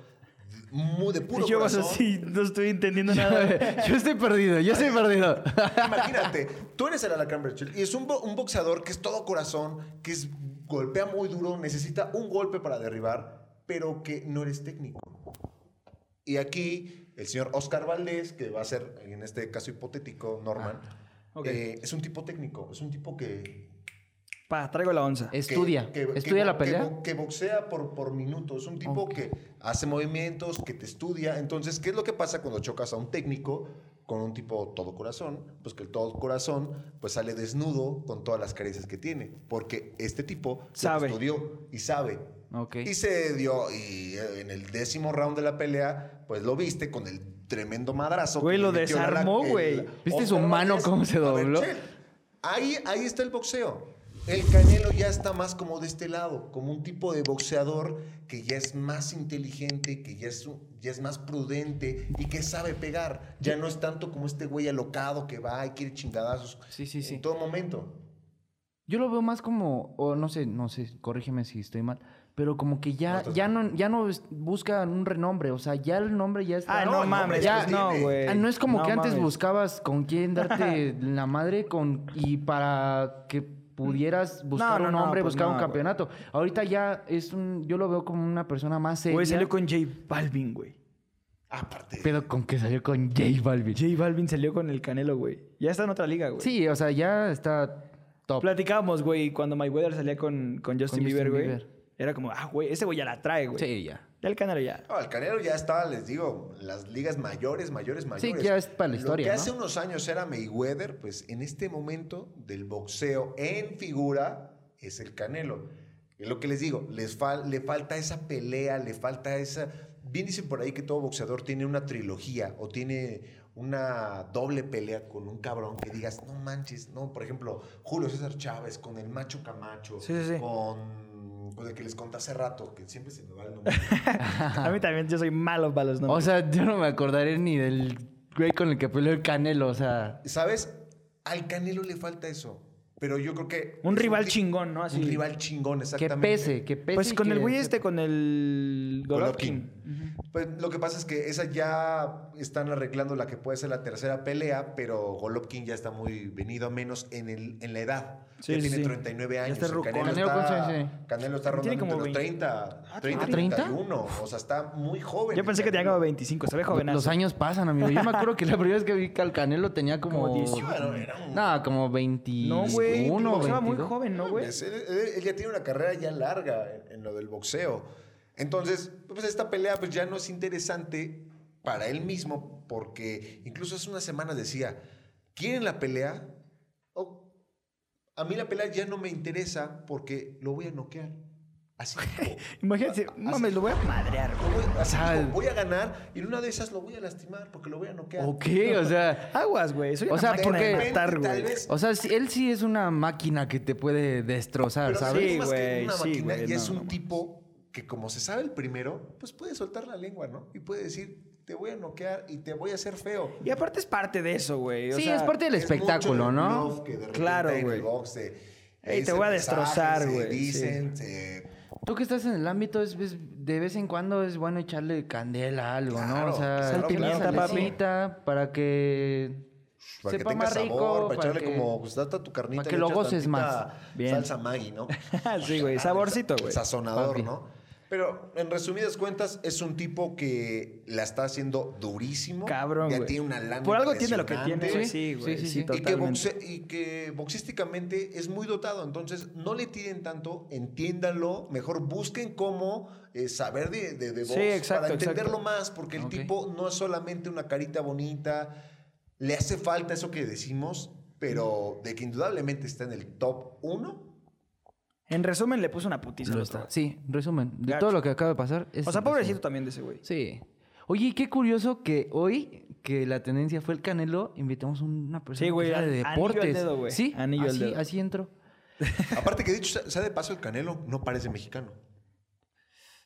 Speaker 3: muy de puro
Speaker 2: Yo vas
Speaker 3: corazón.
Speaker 2: así, no estoy entendiendo nada.
Speaker 1: yo estoy perdido, yo estoy perdido.
Speaker 3: Imagínate, tú eres el Alacrán Berchel y es un, bo- un boxeador que es todo corazón, que es, golpea muy duro, necesita un golpe para derribar, pero que no eres técnico. Y aquí, el señor Oscar Valdés, que va a ser, en este caso hipotético, Norman,
Speaker 2: ok.
Speaker 3: eh, es un tipo técnico, es un tipo que...
Speaker 2: Pa, traigo la onza.
Speaker 3: que-
Speaker 1: Estudia,
Speaker 3: que- que
Speaker 1: estudia
Speaker 3: bo-
Speaker 1: la
Speaker 3: que
Speaker 1: pelea.
Speaker 3: bo- Que, boxea por, por minutos, es un tipo
Speaker 1: Ok.
Speaker 3: que hace movimientos, que te estudia. Entonces, ¿qué es lo que pasa cuando chocas a un técnico con un tipo todo corazón? Pues que el todo corazón pues sale desnudo con todas las carencias que tiene, porque este tipo lo que
Speaker 2: Sabe.
Speaker 3: estudió y sabe.
Speaker 1: Ok.
Speaker 3: Y se dio, y eh, en el décimo round de la pelea, pues lo viste con el tremendo madrazo.
Speaker 2: Güey,
Speaker 3: que
Speaker 2: lo
Speaker 3: le metió la-
Speaker 2: desarmó,
Speaker 3: el-
Speaker 2: güey.
Speaker 1: ¿Viste su
Speaker 3: Oscar
Speaker 1: mano
Speaker 3: Valdés
Speaker 1: cómo se
Speaker 3: a
Speaker 1: dobló?
Speaker 3: Berchel. Ahí, ahí está el boxeo. El Canelo ya está más como de este lado, como un tipo de boxeador que ya es más inteligente, que ya es, un- ya es más prudente y que sabe pegar. Ya no es tanto como este güey alocado que va y quiere chingadazos
Speaker 1: Sí, sí, sí.
Speaker 3: en todo momento.
Speaker 1: Yo lo veo más como, o no sé, no sé, corrígeme si estoy mal, pero como que
Speaker 3: No,
Speaker 1: ya,
Speaker 3: estás
Speaker 1: ya no, ya no es- buscan un renombre, o sea, ya el nombre ya está.
Speaker 2: Ah, no,
Speaker 3: No, no,
Speaker 2: mames.
Speaker 1: ya-
Speaker 2: pues no, güey.
Speaker 1: Ah, no es como que antes
Speaker 2: mames.
Speaker 1: buscabas con quién darte la madre con y para que pudieras buscar
Speaker 2: no,
Speaker 1: un
Speaker 2: no,
Speaker 1: hombre,
Speaker 2: pues
Speaker 1: buscar
Speaker 2: no,
Speaker 1: un
Speaker 2: güey.
Speaker 1: campeonato. Ahorita ya es un, yo lo veo como una persona más seria.
Speaker 2: Güey, salió con J Balvin, güey.
Speaker 3: Aparte.
Speaker 1: Pero con que salió con J Balvin.
Speaker 2: J Balvin salió con el Canelo, güey. Ya está en otra liga, güey.
Speaker 1: Sí, o sea, ya está top.
Speaker 2: Platicábamos, güey, cuando Mayweather salía con, con Justin
Speaker 1: Con Justin
Speaker 2: Bieber, güey.
Speaker 1: Bieber.
Speaker 2: Era como, ah, güey, ese güey ya la trae, güey.
Speaker 1: Sí, ya.
Speaker 2: Ya el Canelo ya.
Speaker 3: No, el Canelo ya está, les digo, las ligas mayores, mayores, mayores.
Speaker 1: que ya es para la historia,
Speaker 3: Lo que
Speaker 1: ¿no?
Speaker 3: hace unos años era Mayweather, pues en este momento del boxeo en figura es el Canelo. Es lo que les digo, les fal- le falta esa pelea, le falta esa... Bien dicen por ahí que todo boxeador tiene una trilogía o tiene una doble pelea con un cabrón que digas, no manches, no, por ejemplo, Julio César Chávez con el Macho Camacho,
Speaker 2: Sí, sí, sí.
Speaker 3: con... con el que les conté hace rato, que siempre se me va el nombre.
Speaker 2: A mí también, yo soy malo para los
Speaker 1: O
Speaker 2: nombres.
Speaker 1: sea, yo no me acordaré ni del güey con el que peleó el Canelo, o sea.
Speaker 3: ¿Sabes? Al Canelo le falta eso. Pero yo creo que.
Speaker 2: Un
Speaker 3: es
Speaker 2: rival
Speaker 3: ti-
Speaker 2: chingón, ¿no? Así.
Speaker 3: Un rival chingón,
Speaker 1: Que
Speaker 3: exactamente.
Speaker 1: pese, que pese.
Speaker 2: pues
Speaker 1: y
Speaker 2: con
Speaker 1: que-
Speaker 2: el güey este, con el Golovkin.
Speaker 3: Pues lo que pasa es que esa ya están arreglando la que puede ser la tercera pelea, pero Golovkin ya está muy venido a menos en, el, en la edad.
Speaker 2: Sí,
Speaker 3: ya
Speaker 2: sí,
Speaker 3: tiene
Speaker 2: sí.
Speaker 3: 39 años.
Speaker 2: está
Speaker 3: El
Speaker 2: rucón.
Speaker 3: Canelo,
Speaker 1: Canelo,
Speaker 3: está,
Speaker 1: ¿cuántos años tiene?
Speaker 3: Canelo está
Speaker 2: Tiene
Speaker 3: rondando
Speaker 2: como
Speaker 3: entre los
Speaker 2: 20.
Speaker 3: 30, 30,
Speaker 1: ah, ¿treinta?
Speaker 3: 31. O sea, está muy joven.
Speaker 2: Yo pensé que tenía como 25, se ve jovenazo.
Speaker 1: Los años pasan, amigo. Yo me acuerdo que la primera vez que vi que al Canelo tenía como.
Speaker 2: Como 18.
Speaker 3: Claro, era un-
Speaker 1: No, como 21.
Speaker 2: No, güey.
Speaker 1: o
Speaker 2: Estaba muy
Speaker 1: 22.
Speaker 2: joven, ¿no, güey?
Speaker 3: Pues, Él, él- él ya tiene una carrera ya larga en, en lo del boxeo. Entonces, pues esta pelea pues ya no es interesante para él mismo porque incluso hace unas semanas decía, ¿quieren la pelea? O, a mí la pelea ya no me interesa porque lo voy a noquear. Así dijo.
Speaker 2: Imagínate, mames, lo voy a madrear, güey.
Speaker 3: Lo voy, así
Speaker 1: sea,
Speaker 3: dijo, voy a ganar y en una de esas lo voy a lastimar porque lo voy a noquear.
Speaker 1: Ok, o sea.
Speaker 2: Aguas, güey. Soy
Speaker 1: O
Speaker 2: una
Speaker 1: sea,
Speaker 2: máquina
Speaker 1: porque-
Speaker 2: de
Speaker 3: De repente,
Speaker 2: matar,
Speaker 3: tal
Speaker 2: güey.
Speaker 3: vez
Speaker 1: O sea, sí- él sí es una máquina que te puede destrozar,
Speaker 3: Pero
Speaker 1: ¿sabes?
Speaker 3: sí,
Speaker 2: Sí,
Speaker 3: más que
Speaker 2: güey,
Speaker 3: una
Speaker 2: sí,
Speaker 3: máquina,
Speaker 2: güey,
Speaker 3: y
Speaker 2: no,
Speaker 3: es
Speaker 2: no
Speaker 3: un
Speaker 2: mames.
Speaker 3: tipo que como se sabe el primero, pues puede soltar la lengua, ¿no? Y puede decir, te voy a noquear y te voy a hacer feo.
Speaker 2: Y aparte es parte de eso, güey. o
Speaker 1: Sí,
Speaker 2: sea,
Speaker 1: es parte del
Speaker 3: Es
Speaker 1: espectáculo,
Speaker 3: mucho del
Speaker 1: ¿no?
Speaker 3: bluff que de repente
Speaker 2: Claro,
Speaker 3: hay en el
Speaker 2: güey.
Speaker 3: box, se-
Speaker 2: Ey, te
Speaker 3: dicen
Speaker 2: voy a
Speaker 3: mensajes,
Speaker 2: destrozar,
Speaker 3: se
Speaker 2: güey,
Speaker 3: Dicen, se-
Speaker 1: Tú que estás en el ámbito, es, es- de vez en cuando es bueno echarle candela a algo, ¿no?
Speaker 3: Claro,
Speaker 1: O sea,
Speaker 3: claro,
Speaker 1: pimienta,
Speaker 2: claro, claro.
Speaker 1: salecita, para que
Speaker 3: para que
Speaker 1: sepa
Speaker 3: tenga
Speaker 1: más
Speaker 3: sabor,
Speaker 1: rico.
Speaker 3: para, echarle
Speaker 1: que-
Speaker 3: como, pues data tu carnita.
Speaker 1: para
Speaker 3: le
Speaker 1: que lo
Speaker 3: echas
Speaker 1: goces
Speaker 3: tantita
Speaker 1: más.
Speaker 2: Bien.
Speaker 3: Salsa Maggi, ¿no?
Speaker 2: sí, güey. Saborcito, güey.
Speaker 3: Sazonador,
Speaker 1: Papi.
Speaker 3: ¿no? Pero en resumidas cuentas, es un tipo que la está haciendo durísimo.
Speaker 2: Cabrón,
Speaker 3: Ya
Speaker 2: güey.
Speaker 3: tiene una lana.
Speaker 2: Por algo tiene lo que tiene, güey.
Speaker 3: impresionante.
Speaker 2: Sí, güey. Sí,
Speaker 1: sí, sí, sí. Y que
Speaker 3: Y que,
Speaker 2: totalmente.
Speaker 3: boxe- y que boxísticamente es muy dotado. Entonces, no le tiren tanto, entiéndanlo. Mejor busquen cómo eh, saber de, de, de
Speaker 2: Sí,
Speaker 3: box
Speaker 2: exacto,
Speaker 3: para entenderlo
Speaker 2: exacto.
Speaker 3: más, porque el
Speaker 1: Ok.
Speaker 3: tipo no es solamente una carita bonita. Le hace falta eso que decimos, pero de que indudablemente está en el top uno.
Speaker 2: En resumen, le puso una putiza al otro.
Speaker 1: Sí, resumen. De
Speaker 2: Gacho.
Speaker 1: todo lo que acaba de pasar. es
Speaker 2: O sea,
Speaker 1: un
Speaker 2: pobrecito también de ese güey.
Speaker 1: resumen. Sí. Oye, y qué curioso que hoy, que la tendencia fue el Canelo, invitamos a una persona
Speaker 2: Sí, güey,
Speaker 1: que sabe de
Speaker 2: anillo al
Speaker 1: deportes.
Speaker 2: dedo, güey.
Speaker 1: Sí,
Speaker 2: Anillo al
Speaker 1: así,
Speaker 2: dedo.
Speaker 1: así entro.
Speaker 3: Aparte que dicho sea- sea de paso, el Canelo no parece mexicano.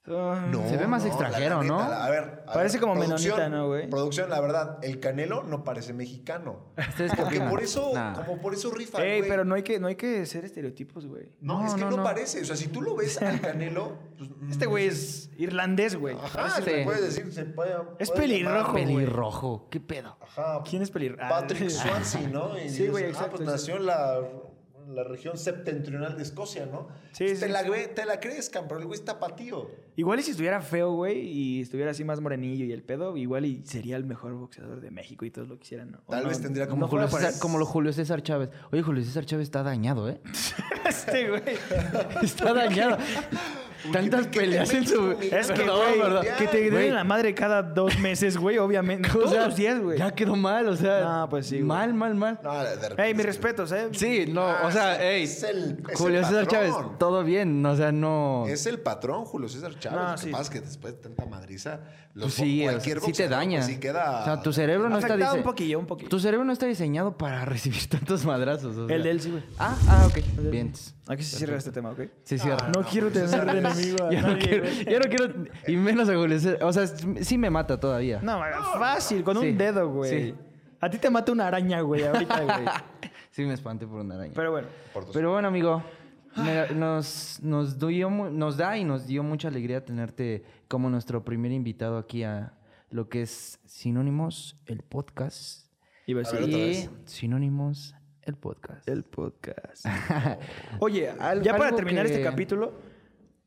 Speaker 2: Ah,
Speaker 3: No,
Speaker 1: Se ve más
Speaker 3: no,
Speaker 1: extranjero,
Speaker 3: la neta,
Speaker 1: ¿no?
Speaker 3: la- a ver. a
Speaker 2: Parece
Speaker 3: ver,
Speaker 2: como
Speaker 3: producción,
Speaker 2: menonita, ¿no, güey?
Speaker 3: Producción, la verdad, el Canelo no parece mexicano.
Speaker 1: ¿Ustedes qué
Speaker 3: Porque
Speaker 1: opinan?
Speaker 3: por eso,
Speaker 1: Nah.
Speaker 3: como por eso rifa,
Speaker 2: Ey,
Speaker 3: güey.
Speaker 2: pero no hay, que, no hay que ser estereotipos, güey.
Speaker 3: No,
Speaker 1: No,
Speaker 3: es que
Speaker 1: no,
Speaker 3: no,
Speaker 1: no.
Speaker 3: parece. O sea, si tú lo ves al Canelo, pues, mm,
Speaker 2: Este güey es irlandés, güey.
Speaker 3: Ajá,
Speaker 1: parece-
Speaker 3: se le puede decir, se puede.
Speaker 2: Es
Speaker 3: puede
Speaker 2: pelirrojo,
Speaker 3: llamar-
Speaker 2: güey.
Speaker 1: Pelirrojo, qué pedo.
Speaker 3: Ajá.
Speaker 2: ¿Quién es pelirrojo?
Speaker 3: Patrick Swansea, ¿no? Y
Speaker 2: Sí, güey,
Speaker 3: dices, ah,
Speaker 2: exacto,
Speaker 3: pues
Speaker 2: exacto.
Speaker 3: nació en la, en la región septentrional de Escocia, ¿no?
Speaker 2: Sí,
Speaker 3: Pues, Te,
Speaker 2: sí.
Speaker 3: la, ve- te la crees, cabrón. El güey está patío.
Speaker 2: Igual y si estuviera feo, güey, y estuviera así más morenillo y el pedo, igual y sería el mejor boxeador de México y todos lo quisieran. ¿no? O
Speaker 3: Tal
Speaker 2: no,
Speaker 3: vez tendría
Speaker 1: Como,
Speaker 3: como
Speaker 1: Julio
Speaker 3: fuera
Speaker 1: César,
Speaker 3: para-
Speaker 1: como lo Julio César Chávez. Oye, Julio César Chávez está dañado, ¿eh?
Speaker 2: Este, güey.
Speaker 1: Está dañado. Tantas
Speaker 3: ¿qué te
Speaker 1: peleas en su...
Speaker 3: metes,
Speaker 2: Es que,
Speaker 1: Perdón,
Speaker 2: güey,
Speaker 1: perdón.
Speaker 2: que te
Speaker 1: Güey.
Speaker 2: den la madre cada dos meses, güey, obviamente.
Speaker 1: O
Speaker 2: Todos
Speaker 1: sea,
Speaker 2: los días, güey.
Speaker 1: Ya quedó mal, o sea.
Speaker 2: No, pues sí, güey.
Speaker 1: Mal, mal, mal.
Speaker 3: No, de repente-
Speaker 2: Ey, mis respetos, eh.
Speaker 1: Sí, no,
Speaker 3: Ah,
Speaker 1: o sea,
Speaker 3: es-
Speaker 1: ey.
Speaker 3: es el- es
Speaker 1: Julio
Speaker 3: el
Speaker 1: César Chávez,
Speaker 3: patrón.
Speaker 1: todo bien, o sea, no.
Speaker 3: Es el patrón, Julio César Chávez.
Speaker 2: No,
Speaker 3: lo que
Speaker 2: sí.
Speaker 3: pasa es que después de tanta madriza, los
Speaker 1: Pues sí,
Speaker 3: bo-
Speaker 1: o sea,
Speaker 3: cualquier
Speaker 1: sí te
Speaker 3: boxeador,
Speaker 1: daña.
Speaker 3: pues, sí queda.
Speaker 1: O sea, tu cerebro no está
Speaker 2: Afectado
Speaker 1: dise-
Speaker 2: un poquillo, un poquillo.
Speaker 1: Tu cerebro no está diseñado para recibir tantos madrazos. o sea.
Speaker 2: El de él sí, güey.
Speaker 1: Ah, ah, ok.
Speaker 2: él.
Speaker 1: Bien.
Speaker 2: Aquí se cierra este tema, ¿ok?
Speaker 1: Se cierra.
Speaker 2: No
Speaker 3: no,
Speaker 2: quiero
Speaker 3: pues,
Speaker 2: tener de
Speaker 3: esa es-
Speaker 2: enemigo a
Speaker 1: yo, no
Speaker 2: nadie,
Speaker 1: Ah, quiero,
Speaker 2: güey.
Speaker 1: yo no quiero. Y menos a Julio César. O sea, sí me mata todavía.
Speaker 2: No, güey, fácil, con
Speaker 1: Sí,
Speaker 2: un dedo, güey.
Speaker 1: sí.
Speaker 2: A ti te mata una araña, güey, ahorita, güey.
Speaker 1: Sí me espanté por una araña.
Speaker 2: Pero bueno.
Speaker 3: por tus-
Speaker 1: Pero bueno, amigo, me- nos, nos, dio mu- nos da y nos dio mucha alegría tenerte como nuestro primer invitado aquí a lo que es Sinónimos, el podcast.
Speaker 2: Iba a
Speaker 3: A
Speaker 2: decir-
Speaker 3: ver, otra
Speaker 1: Y
Speaker 3: vez.
Speaker 1: Sinónimos, el podcast.
Speaker 2: El podcast. Oye,
Speaker 1: Al-
Speaker 2: ya para
Speaker 1: algo
Speaker 2: terminar
Speaker 1: que-
Speaker 2: este capítulo,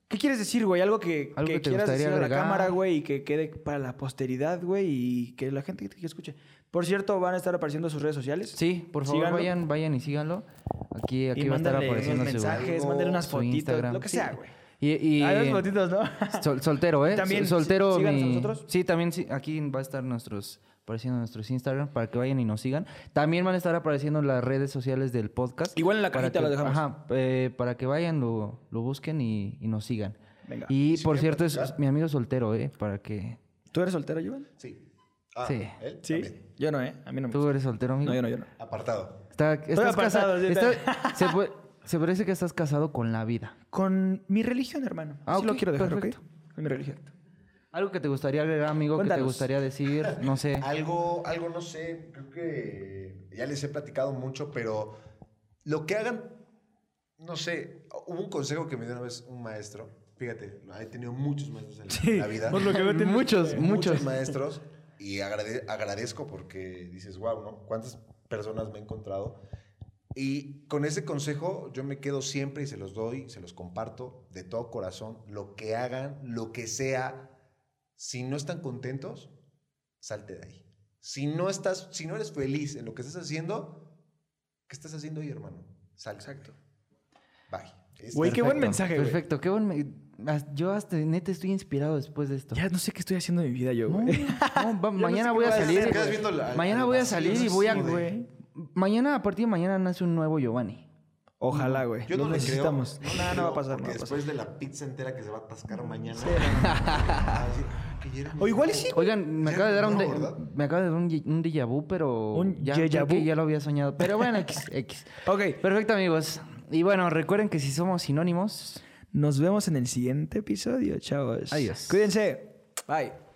Speaker 2: ¿qué quieres decir, güey? Algo que,
Speaker 1: Algo que te
Speaker 2: quieras
Speaker 1: gustaría
Speaker 2: decir a la
Speaker 1: agregar.
Speaker 2: cámara, güey, y que quede para la posteridad, güey, y que la gente que, que escuche. Por cierto, van a estar apareciendo sus redes sociales.
Speaker 1: Sí, por favor,
Speaker 2: Síganlo.
Speaker 1: vayan, vayan y síganlo. Aquí, aquí
Speaker 2: y
Speaker 1: va a estar
Speaker 2: mándenle
Speaker 1: apareciendo
Speaker 2: unos
Speaker 1: su,
Speaker 2: mensajes,
Speaker 1: su
Speaker 2: mándenle unas fotitos,
Speaker 1: Instagram.
Speaker 2: lo que
Speaker 1: Sí.
Speaker 2: sea, güey.
Speaker 1: Y, y-
Speaker 2: Hay unas Ah, fotitos, ¿no?
Speaker 1: Sol- soltero, ¿eh?
Speaker 2: También,
Speaker 1: Sol- soltero.
Speaker 2: sí- síganos a
Speaker 1: mi-
Speaker 2: nosotros.
Speaker 1: Sí, también sí, aquí va a estar nuestros apareciendo nuestros Instagram para que vayan y nos sigan. También van a estar apareciendo las redes sociales del podcast.
Speaker 2: Igual en la
Speaker 1: para
Speaker 2: cajita
Speaker 1: que-
Speaker 2: lo dejamos.
Speaker 1: Ajá, eh, para que vayan, lo, lo busquen y, y nos sigan.
Speaker 2: Venga.
Speaker 1: Y por
Speaker 3: quieren
Speaker 1: cierto, es,
Speaker 3: platicar.
Speaker 1: mi amigo soltero, ¿eh? Para que.
Speaker 2: ¿Tú eres soltero, Joven?
Speaker 3: Sí. Ah,
Speaker 1: Sí.
Speaker 3: él
Speaker 2: Sí.
Speaker 3: también.
Speaker 2: Yo no, ¿eh? A mí no me
Speaker 1: Tú
Speaker 2: gusta.
Speaker 1: eres soltero, amigo.
Speaker 2: No, yo no, yo no.
Speaker 3: Apartado.
Speaker 1: Está- estás
Speaker 2: apartado,
Speaker 1: casado.
Speaker 2: sí,
Speaker 1: está-
Speaker 2: está-
Speaker 1: se, pu- se parece que estás casado con la vida.
Speaker 2: Con mi religión, hermano.
Speaker 1: Ah,
Speaker 2: Así lo
Speaker 1: ok,
Speaker 2: quiero dejar,
Speaker 1: perfecto.
Speaker 2: ¿ok? Con mi religión.
Speaker 1: Algo que te gustaría agregar, amigo, que te
Speaker 2: Cuéntanos.
Speaker 1: gustaría decir, no sé.
Speaker 3: Algo, algo, no sé, creo que ya les he platicado mucho, pero lo que hagan, no sé, hubo un consejo que me dio una vez un maestro. Fíjate, he tenido muchos maestros en la- en la vida.
Speaker 1: muchos, muchos.
Speaker 3: Eh, maestros y agrade- agradezco porque dices, wow, ¿no? ¿Cuántas personas me he encontrado? Y con ese consejo yo me quedo siempre y se los doy, se los comparto de todo corazón. Lo que hagan, lo que sea, si no están contentos, salte de ahí. Si no estás, si no eres feliz en lo que estás haciendo, ¿qué estás haciendo ahí, hermano? Salte. Exacto. Bye. Es-
Speaker 2: Güey, qué buen mensaje, güey.
Speaker 1: Perfecto, qué buen. me- as- Yo hasta neta estoy inspirado después de esto.
Speaker 2: Ya no sé qué estoy haciendo de mi vida yo,
Speaker 1: No,
Speaker 2: güey.
Speaker 1: no, va- mañana
Speaker 2: qué
Speaker 1: voy a
Speaker 2: voy a
Speaker 1: salir.
Speaker 2: hacer,
Speaker 3: quedas viendo la-
Speaker 1: mañana
Speaker 3: al
Speaker 1: voy a
Speaker 3: vacío,
Speaker 1: salir y
Speaker 3: sí,
Speaker 1: voy a.
Speaker 3: güey.
Speaker 1: Mañana, a partir de mañana nace un nuevo Giovanni.
Speaker 2: Ojalá, güey.
Speaker 3: Yo no
Speaker 2: Lo
Speaker 3: le creo.
Speaker 2: necesitamos.
Speaker 3: le
Speaker 2: No, no va
Speaker 3: creo,
Speaker 2: a pasar, no
Speaker 3: porque
Speaker 2: va a pasar.
Speaker 3: después de la pizza entera que se va a atascar mañana. va a decir, "Ah, que ya era mi
Speaker 2: O igual y
Speaker 3: hijo".
Speaker 2: sí.
Speaker 1: Oigan, me
Speaker 3: Ya
Speaker 1: acaba de dar un,
Speaker 3: no,
Speaker 1: de-
Speaker 3: ¿verdad?
Speaker 1: me acaba de dar un, un déjà vu, pero
Speaker 2: ¿Un
Speaker 1: ya,
Speaker 2: déjà
Speaker 1: creo que
Speaker 2: vu?
Speaker 1: ya lo había soñado. Pero bueno, X, X.
Speaker 2: Ok.
Speaker 1: Perfecto, amigos. Y bueno, recuerden que si somos sinónimos,
Speaker 2: Nos vemos en el siguiente episodio, chavos.
Speaker 1: Adiós.
Speaker 2: Cuídense. Bye.